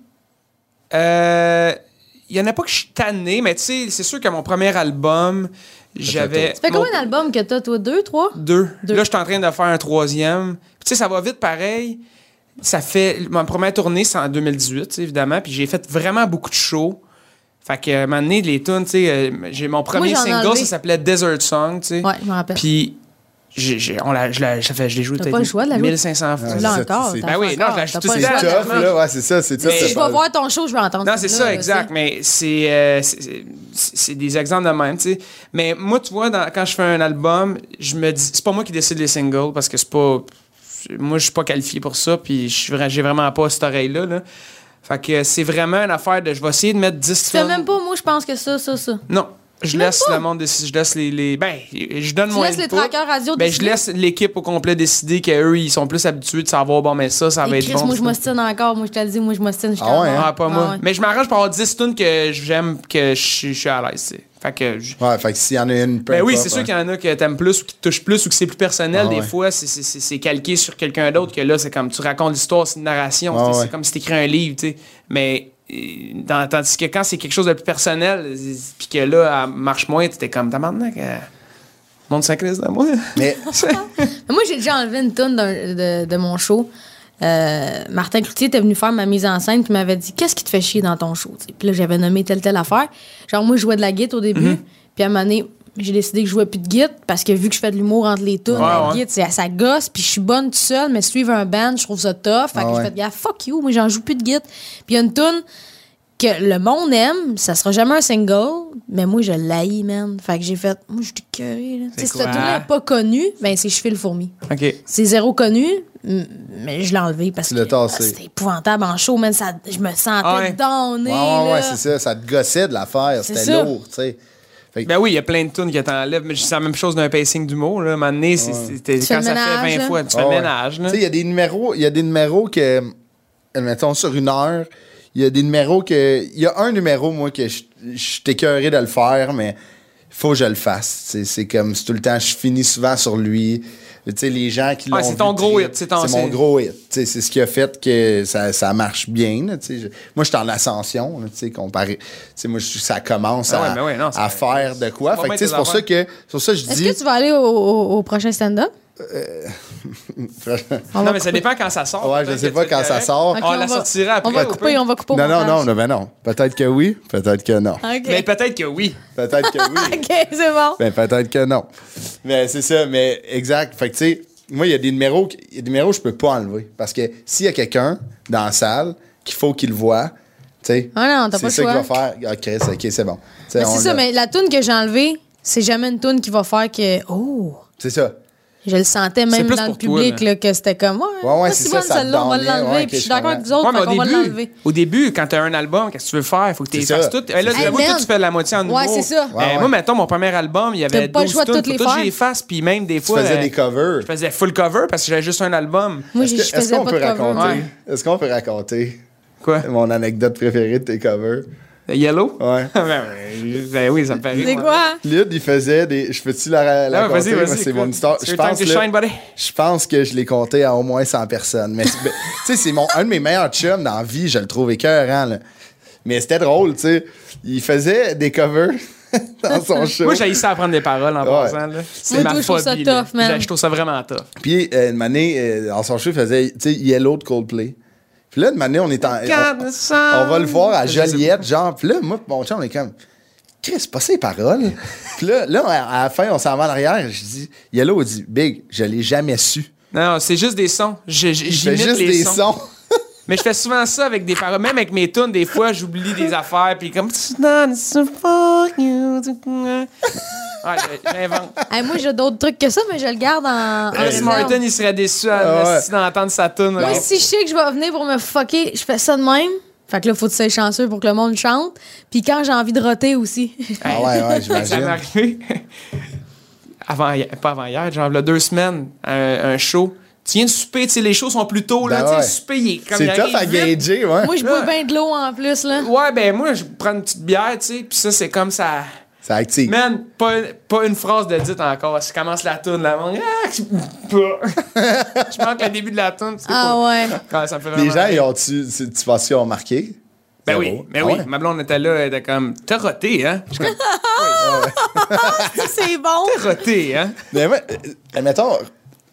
Euh, Il y en a pas que je suis tanné, mais tu sais, c'est sûr que mon premier album, j'avais. Ça fait mon- combien d'albums que t'as, toi? Deux, trois? Deux. Deux. Là, je suis en train de faire un troisième. Puis, tu sais, ça va vite pareil. Ça fait. Ma première tournée, c'est en 2018, tu sais, évidemment. Puis j'ai fait vraiment beaucoup de shows. Fait que, à un moment donné, les tunes, tu sais, euh, j'ai mon premier j'en ai single, enlevé. ça s'appelait Desert Song, tu sais. Ouais, je me rappelle. Puis, j'ai, j'ai- on l'a, je, l'ai- ça fait- je l'ai joué T'as peut-être pas le choix de la jouer. 1500 fois. Ouais, Ah, Tu c'est l'as ça, encore. c'est- t'as Ben oui, encore, non, je l'ai t'as acheté pas sur C'est le les choix. tops. tough, là, ouais, c'est ça, c'est ça. Mais- Si c'est je pas- vais voir ton show, je vais entendre. Non, c'est ce truc-là, ça, là, exact. tu sais. Mais c'est, euh, c'est, c'est- c'est des exemples de même, tu sais. Mais moi, tu vois, dans- quand je fais un album, je me dis, c'est pas moi qui décide les singles parce que c'est pas. Moi, je suis pas qualifié pour ça, puis je suis vra- j'ai vraiment pas cette oreille-là. là. Fait que c'est vraiment une affaire de. Je vais essayer de mettre 10 Tu fais tunes. même pas, moi, je pense que ça, ça, ça. Non. Je Même laisse pas. le monde décider. Je laisse les. les- ben, je donne Tu mon laisses les input. trackers radio Ben, je décider? laisse l'équipe au complet décider qu'eux, ils sont plus habitués de savoir, bon, Ah, mais ça, ça va Et être Chris, bon. moi, je m'ostine encore. Moi, je te le dis, moi, je m'ostine. je Ah t'en ouais, hein? meurs. Ah, pas moi. ouais. Mais je m'arrange pour avoir 10 tunes que j'aime, que je suis- je suis à l'aise, tu sais. Fait que. je- Ouais, fait que s'il y en a une, peu Ben oui, importe, c'est sûr hein. qu'il y en a que t'aimes plus ou qui te touchent plus ou que c'est plus Ah personnel. des ouais. fois, c'est- c'est c'est- c'est calqué sur quelqu'un d'autre que là, c'est comme tu racontes l'histoire, c'est une narration. Ah c'est- ouais. C'est comme si t'écris un livre, tu sais. Mais euh, dans- tandis que quand c'est quelque chose de plus personnel, euh, puis que là, elle marche moins, t'es comme, euh, t'as maintenant que. Monde sacré, c'est à moi. *laughs* Mais Mais Moi, j'ai déjà enlevé une toune d'un- de, de mon show. Euh, Martin Cloutier était venu faire ma mise en scène puis m'avait dit Qu'est-ce qui te fait chier dans ton show Tu sais, Puis là, j'avais nommé telle, telle affaire. Genre, moi, je jouais de la guitare au début. Puis à un moment donné, j'ai décidé que je jouais plus de guitare parce que vu que je fais de l'humour entre les tunes, Ouais, la ouais. guitare, c'est- ça gosse. Puis je suis bonne toute seule, mais suivre un band, je trouve ça tough. Fait Ah que ouais. j'ai fait Gars, fuck you, moi, j'en joue plus de guitare. Puis il y a une toune que le monde aime, ça sera jamais un single, mais moi, je l'haïs, man. Fait que j'ai fait Moi, je suis curé, là. Tu sais, cette quoi? toune-là est pas connue, ben c'est Je fais le fourmi. OK. C'est zéro connu, m- mais je l'ai enlevé parce Tu que l'as tassé. ah, c'était épouvantable en show, man. Ça, je me sentais Ah Ouais. donnée. Ouais, ouais, ouais, là. c'est ça. Ça te gossait de l'affaire. C'est C'était ça. lourd, tu sais. Fait que- Ben oui, il y a plein de tunes que t'enlèves, mais c'est la même chose d'un pacing d'humour. Là. À un moment donné, c'est- c'est- t'es- Tu fais quand le ça fait ménage, 20 là. fois, tu fais Ah le ouais. ménage. là. Tu sais, il y a des numéros, il y a des numéros que, admettons, sur une heure, il y a des numéros que, il y a un numéro, moi, que je je suis écœuré de le faire, mais faut que je le fasse. Tu sais, C'est comme, c'est tout le temps, je finis souvent sur lui. Tu sais, les gens qui l'ont Ouais, c'est ton vu gros très- hit, c'est ton- C'est mon c'est- gros hit. Tu sais, C'est ce qui a fait que ça, ça marche bien. là, tu sais. Je- moi, je suis en ascension, là, tu sais, comparé. tu sais, moi, je- ça commence Ah ouais, à, mais ouais, non, à c'est- faire de quoi. c'est Fait pas que, tu bien sais, tes C'est pour ça que, c'est pour ça que je Est-ce dis. que tu vas aller au, au- au prochain stand-up? Franchement, *laughs* On Non, va mais ça couper. dépend quand ça sort. Ouais, je Peut-être sais que pas tu quand le ça correct. sort. Ok, on la sortira après, On va au couper, pire. on va couper. au Non, non, non, montage. non, ben non. Peut-être que oui, peut-être que non. OK, Mais peut-être que oui. Peut-être que oui. *laughs* Ok, c'est bon. ben peut-être que non. Mais c'est ça, mais exact. Fait que tu sais, moi, il y a des numéros, qui- il y a des numéros que je peux pas enlever. Parce que s'il y a quelqu'un dans la salle qu'il faut qu'il le voit, sais. Ah non, t'as pas le C'est ça choix. qu'il va faire. Ah, Chris, OK, c'est bon. Tu sais, Mais on c'est ça, l'a- mais la toune que j'ai enlevée, c'est jamais une toune qui va faire que. Oh! C'est ça. Je le sentais C'est même plus dans le pour toi, public là. là, que c'était comme. Ouais, Ouais, ouais, pas c'est si ça, bonne ça te celle-là, on va dormait, ouais, l'enlever. ok, puis je je suis d'accord comprends. avec vous autres, Ouais, mais fait qu'on va au début, l'enlever. au début, quand t'as un album, qu'est-ce que tu veux faire? Faut que tu C'est fasses ça. tout. Eh, là, C'est j'avoue, ça. toi, tu fais la moitié en nouveau. Ouais, c'est ça. Eh, Ouais, ouais. Moi, mettons, mon premier album, il y avait T'as pas le 12 choix de tunes, toutes les faut que je faire. les fasse, puis même des Tu fois... faisais euh, des covers. Je faisais full cover parce que j'avais juste un album. Moi, Est-ce je que- je est-ce faisais qu'on pas peut de cover. raconter? Ouais. Est-ce qu'on peut raconter Quoi? mon anecdote préférée de tes covers? Yellow? Ouais. *laughs* ben, ben oui, ça me paraît. C'est quoi? Lud, il faisait des. Je peux-tu la, la Ah, raconter? vas-y, vas-y, Moi, C'est quoi? mon histoire. C'est Je le temps pense, que tu là, shines, buddy. je pense que je l'ai compté à au moins 100 personnes. Mais c'est- ben, tu sais, c'est mon un de mes meilleurs chums dans la vie. Je le trouve écœurant. Là. Mais c'était drôle, tu sais. Il faisait des covers *laughs* dans *laughs* son show. Moi, j'ai ça apprendre des paroles en Ouais. passant. là. C'est toi, ma je trouve ça phobie. là. tough, man. J'ai- Je trouve ça vraiment tough. Puis, euh, une année, euh, dans son show, il faisait, tu sais, Yellow de Coldplay. Puis là, une année, on est en. Regarde on- ça. on va le voir à Je sais Joliette, genre. Puis là, moi, pis mon chum, on est comme. Chris, c'est pas ses *laughs* paroles. Puis là, là, à à la fin, on s'en va en arrière. Je dis, Yellow il dit, Big, je l'ai jamais su. Non, c'est juste des sons. Je- je- Je fais J'imite juste les des sons. sons. *laughs* Mais je fais souvent ça avec des paroles. Même avec mes tunes, des fois, j'oublie des affaires. Puis comme... It's not so fuck you. Ouais, j'invente. Hey, moi, j'ai d'autres trucs que ça, mais je le garde en. en Chris réserve. Martin, il serait déçu Ah ouais. à- si d'entendre sa tune. Moi, si je sais que je vais venir pour me fucker, je fais ça de même. Fait que là, faut que tu sois chanceux pour que le monde chante. Puis quand j'ai envie de roter aussi. *laughs* Ah ouais, ouais, Ça m'est j'imagine. arrivé. *laughs* avant, hier- pas avant hier, genre, là, deux semaines, un, un show. Tu viens de souper, tu sais, les shows sont plus tôt, là. Ben tu sais, ouais. le souper, il est comme il C'est tough arrive à vite. gager, ouais. moi, je bois bien de l'eau en plus, là. Ouais, ben moi, je prends une petite bière, tu sais, puis ça, c'est comme ça. Ça active. Man, pas, pas une phrase de dite encore. Ça commence la toune, là. on- Ah, je je manque le début de la toune. tu sais, Ah pour- ouais. *laughs* Ah, ça me fait Les vraiment gens, rire. ils ont-tu. Tu tu penses qu'ils ont marqué? Zéro. Ben oui, ben Ah oui. ouais? Ma blonde était là, elle était comme. T'as roté, hein? Je suis comme. C'est bon. T'as roté, hein? Mais ouais, euh, admettons,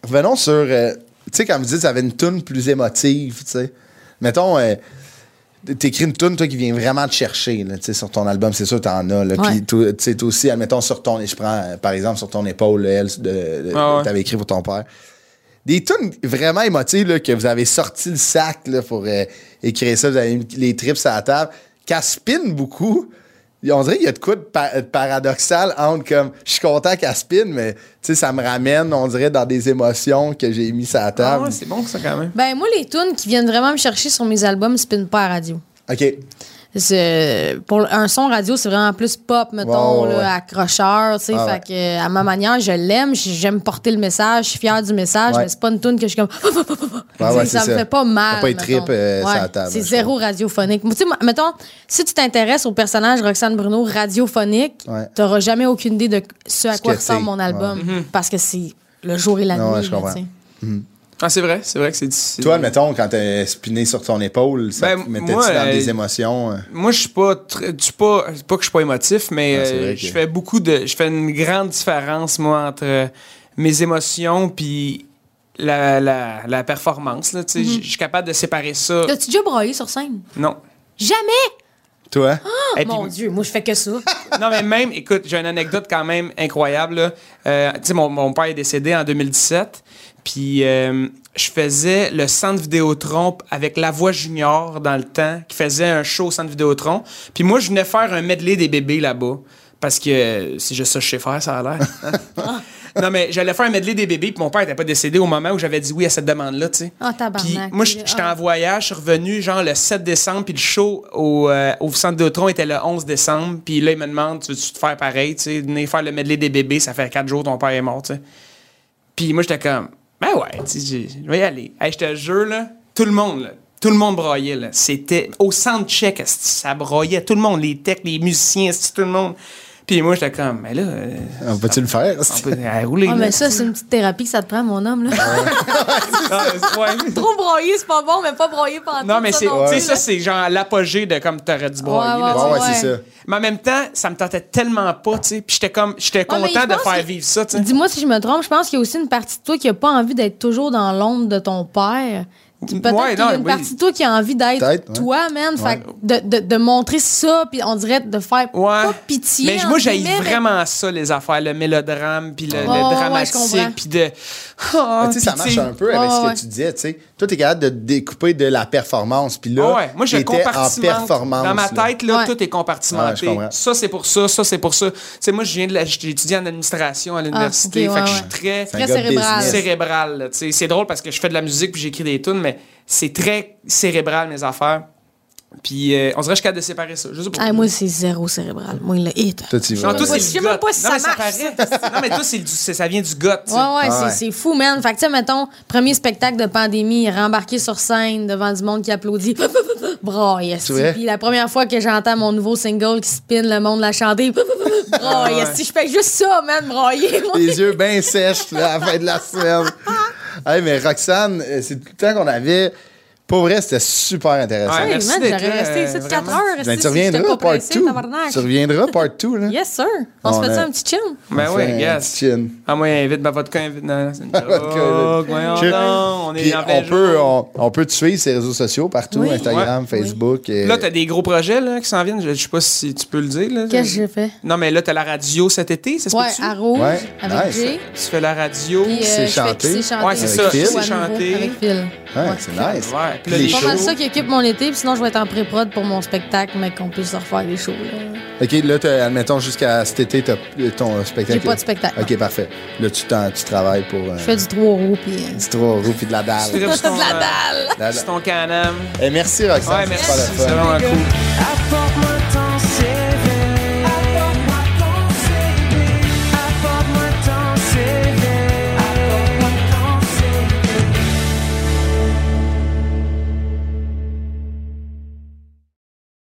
revenons sur. euh, tu sais, quand vous dites, ça avait une toune plus émotive, tu sais. Mettons, euh, t'écris une toune, toi, qui vient vraiment te chercher, là, tu sais, sur ton album, c'est sûr, t'en as, là. Ouais. Puis, toi, tu sais, toi aussi, admettons, sur ton. Je prends, euh, par exemple, sur ton épaule, elle, de, de- Ah ouais. que t'avais écrit pour ton père. Des tunes vraiment émotives, là, que vous avez sorti le sac, là, pour euh, écrire ça, vous avez mis les trips à la table, qu'elle spin beaucoup. On dirait qu'il y a de quoi de, pa- de paradoxal entre comme je suis content qu'elle spin, mais tu sais, ça me ramène, on dirait, dans des émotions que j'ai mis à la Ah, table. ouais, c'est bon, ça, quand même. Ben, moi, les tunes qui viennent vraiment me chercher sur mes albums, spin pas à radio. OK. C'est- pour un son radio, c'est vraiment plus pop, mettons, Ouais, ouais, là, ouais. accrocheur, tu sais. Ah, fait ouais. que, euh, à ma manière, je l'aime, j- j'aime porter le message, je suis fière du message, Ouais. mais c'est pas une tune que je suis comme. *laughs* Ouais, Tu sais, ouais, ça c'est me ça. fait pas mal. T'as pas les tripes, euh, mettons. sur la Ouais, table, C'est je zéro radiophonique. Tu sais, moi, mettons, si tu t'intéresses au personnage Roxane Bruno radiophonique, Ouais. t'auras jamais aucune idée de ce à Ce quoi que ressemble c'est. mon album. Mm-hmm. Parce que c'est le jour et la Ouais, nuit. je là, comprends. tu sais. Ah, c'est vrai, c'est vrai que c'est difficile. Toi, mettons, quand t'es spiné sur ton épaule, ça Ben, te mettait-tu moi, dans euh, des émotions? euh? Moi, je suis pas très, je suis pas, c'est pas que je suis pas émotif, mais Ah, c'est vrai euh, je que- fais beaucoup de, je fais une grande différence moi entre euh, mes émotions puis la, la, la performance là. Tu sais, Mm-hmm. je- je suis capable de séparer ça. T'as-tu déjà broyé sur scène? Non. Jamais! Toi? hein? Et puis- Ah, Mon Dieu, moi, je fais que ça. non, mais même, écoute, j'ai une anecdote quand même incroyable. là. Euh, tu sais, mon, mon père est décédé en 2017. Puis euh, je faisais le centre Vidéotron avec La Voix Junior dans le temps, qui faisait un show au centre Vidéotron. Puis moi, je venais faire un medley des bébés là-bas. Parce que euh, c'est juste ça que je sais faire, ça *laughs* a l'air. non, mais j'allais faire un medley des bébés, puis mon père n'était pas décédé au moment où j'avais dit oui à cette demande-là, tu sais. Ah, tabarnak. ah, Puis moi, j- j'étais en voyage, je suis revenu genre le 7 décembre, puis le show au, euh, au centre Vidéotron était le 11 décembre. Puis là, il me demande, tu veux-tu te faire pareil, tu sais, venir faire le medley des bébés, ça fait quatre jours ton père est mort, tu sais. Puis moi, j'étais comme, ben ouais, tu sais, j'ai- je vais y aller. Hey, je te jure, là, tout le monde, là, tout le monde broyait, là. C'était au centre check, esti, ça broyait, tout le monde, les techs, les musiciens, esti, tout le monde. Puis moi, j'étais comme, mais là, euh, On peut-tu le faire? on *laughs* peut euh, rouler. Ah, là. mais ça, c'est une petite thérapie que ça te prend, mon homme. Là. Ah, *laughs* ouais. Trop broyer, c'est pas bon, mais pas broyer pendant Non, mais c'est, non tu sais, plus, ça, là. c'est genre l'apogée de comme t'aurais dû broyer. Ouais, là, ouais, tu sais. Ouais, ouais, Ouais. c'est ça. Mais en même temps, ça me tentait tellement pas, tu sais. Puis j'étais comme, j'étais Ouais, mais content je de pense faire que- vivre ça, tu sais. Dis-moi si je me trompe, je pense qu'il y a aussi une partie de toi qui a pas envie d'être toujours dans l'ombre de ton père. Peut-être Ouais, qu'il y a non, une oui. partie de toi qui a envie d'être Peut-être, ouais. toi, man. Fait Ouais. que de, de, de montrer ça, puis on dirait de faire Ouais. pas pitié. Mais moi, entre j'aille guillemets, mais- vraiment ça, les affaires, le mélodrame, puis le, le ouais, ouais, je comprends. dramatique, puis de. Ah, Mais tu sais, ça marche un peu avec ouais, ce que ouais. tu disais, tu sais. Toi, t'es capable de découper de la performance, puis là, Ah ouais, moi je t'étais en compartimente. performance. Dans ma là. tête là, Ouais. tout Ah est ouais, je compartimenté. comprends. ça c'est pour ça, ça c'est pour ça. Tu sais moi je viens de la- j'ai étudié en administration à l'université, Ah, ok, fait ouais, que je ouais. suis C'est un très Très gars de cérébral. business. cérébral, là, tu sais. c'est drôle parce que je fais de la musique puis j'écris des tunes mais c'est très cérébral mes affaires. Puis euh, on dirait que je suis capable de séparer ça. Je sais pas. Ah, moi, c'est zéro cérébral. Moi, il l'a hit. Toi, tu non, vois. toi, c'est Ouais, le je sais gut. même pas si non, ça mais paraît. non mais toi c'est du c'est- ça vient du gut, tu sais. Ouais, ouais, Ah c'est- ouais. c'est fou, man. Fait que, tu sais, mettons, premier spectacle de pandémie, rembarqué sur scène devant du monde qui applaudit. *laughs* Braille, esti. vrai? Puis la première fois que j'entends mon nouveau single qui spin, le monde l'a *laughs* chanté. Ah Braille, esti. Je fais juste ça, man, *laughs* brailler. moi. *laughs* les yeux *laughs* bien sèches là, à la fin de la semaine. hey, mais Roxane, euh, c'est tout le temps qu'on avait. Pour vrai, c'était super intéressant. Ouais, Hey, merci man, d'être j'aurais là, resté euh, ici de 4 vraiment. heures. Ben, tu esti, si j'étais reviendras pas part pressé, 2. tabarnak. Tu reviendras part 2, là. *laughs* Yes, sir. On, On se fait ça a- un petit chill. Ben On ouais, fait un yes. petit chin. Ah moi invite ma vodka invite *laughs* non, non, c'est une joke. Oh, Voyons Cheers. donc, on euh, Puis est en plein on peut, jour. on, on peut te suivre sur les réseaux sociaux partout, Oui. Instagram, Ouais. Facebook. Et... Là, t'as des gros projets là, qui s'en viennent. Je, je sais pas si tu peux le dire. là. Qu'est-ce que j'ai fait? Non, mais là, t'as la radio cet été, ça se Ouais, peut-tu? à Rouge, Ouais, avec nice. Jay. Tu fais la radio. Puis, euh, C'est je fais chanté. Qui c'est chanté. Ouais, c'est ça, Qui c'est joue à nouveau chanté. Avec Phil. Ouais, Ouais. c'est nice. Ouais, Puis puis là, les les C'est pas mal shows. ça qui occupe mon été, puis sinon je vais être en pré-prod pour mon spectacle, mais qu'on puisse refaire des shows. là. OK, là, t'as- admettons, jusqu'à cet été, t'as euh, ton spectacle. J'ai pas de spectacle. OK, parfait. Là, tu, t'en- tu travailles pour... euh, Je fais du 3 euros, puis. euh, du trois roues puis de la Tu tripes dalle. sur ton, De la euh, dalle! La sur dalle. ton canam. Eh, merci, Roxane. Ouais, c'est merci. super le C'est fun. vraiment cool. I thought my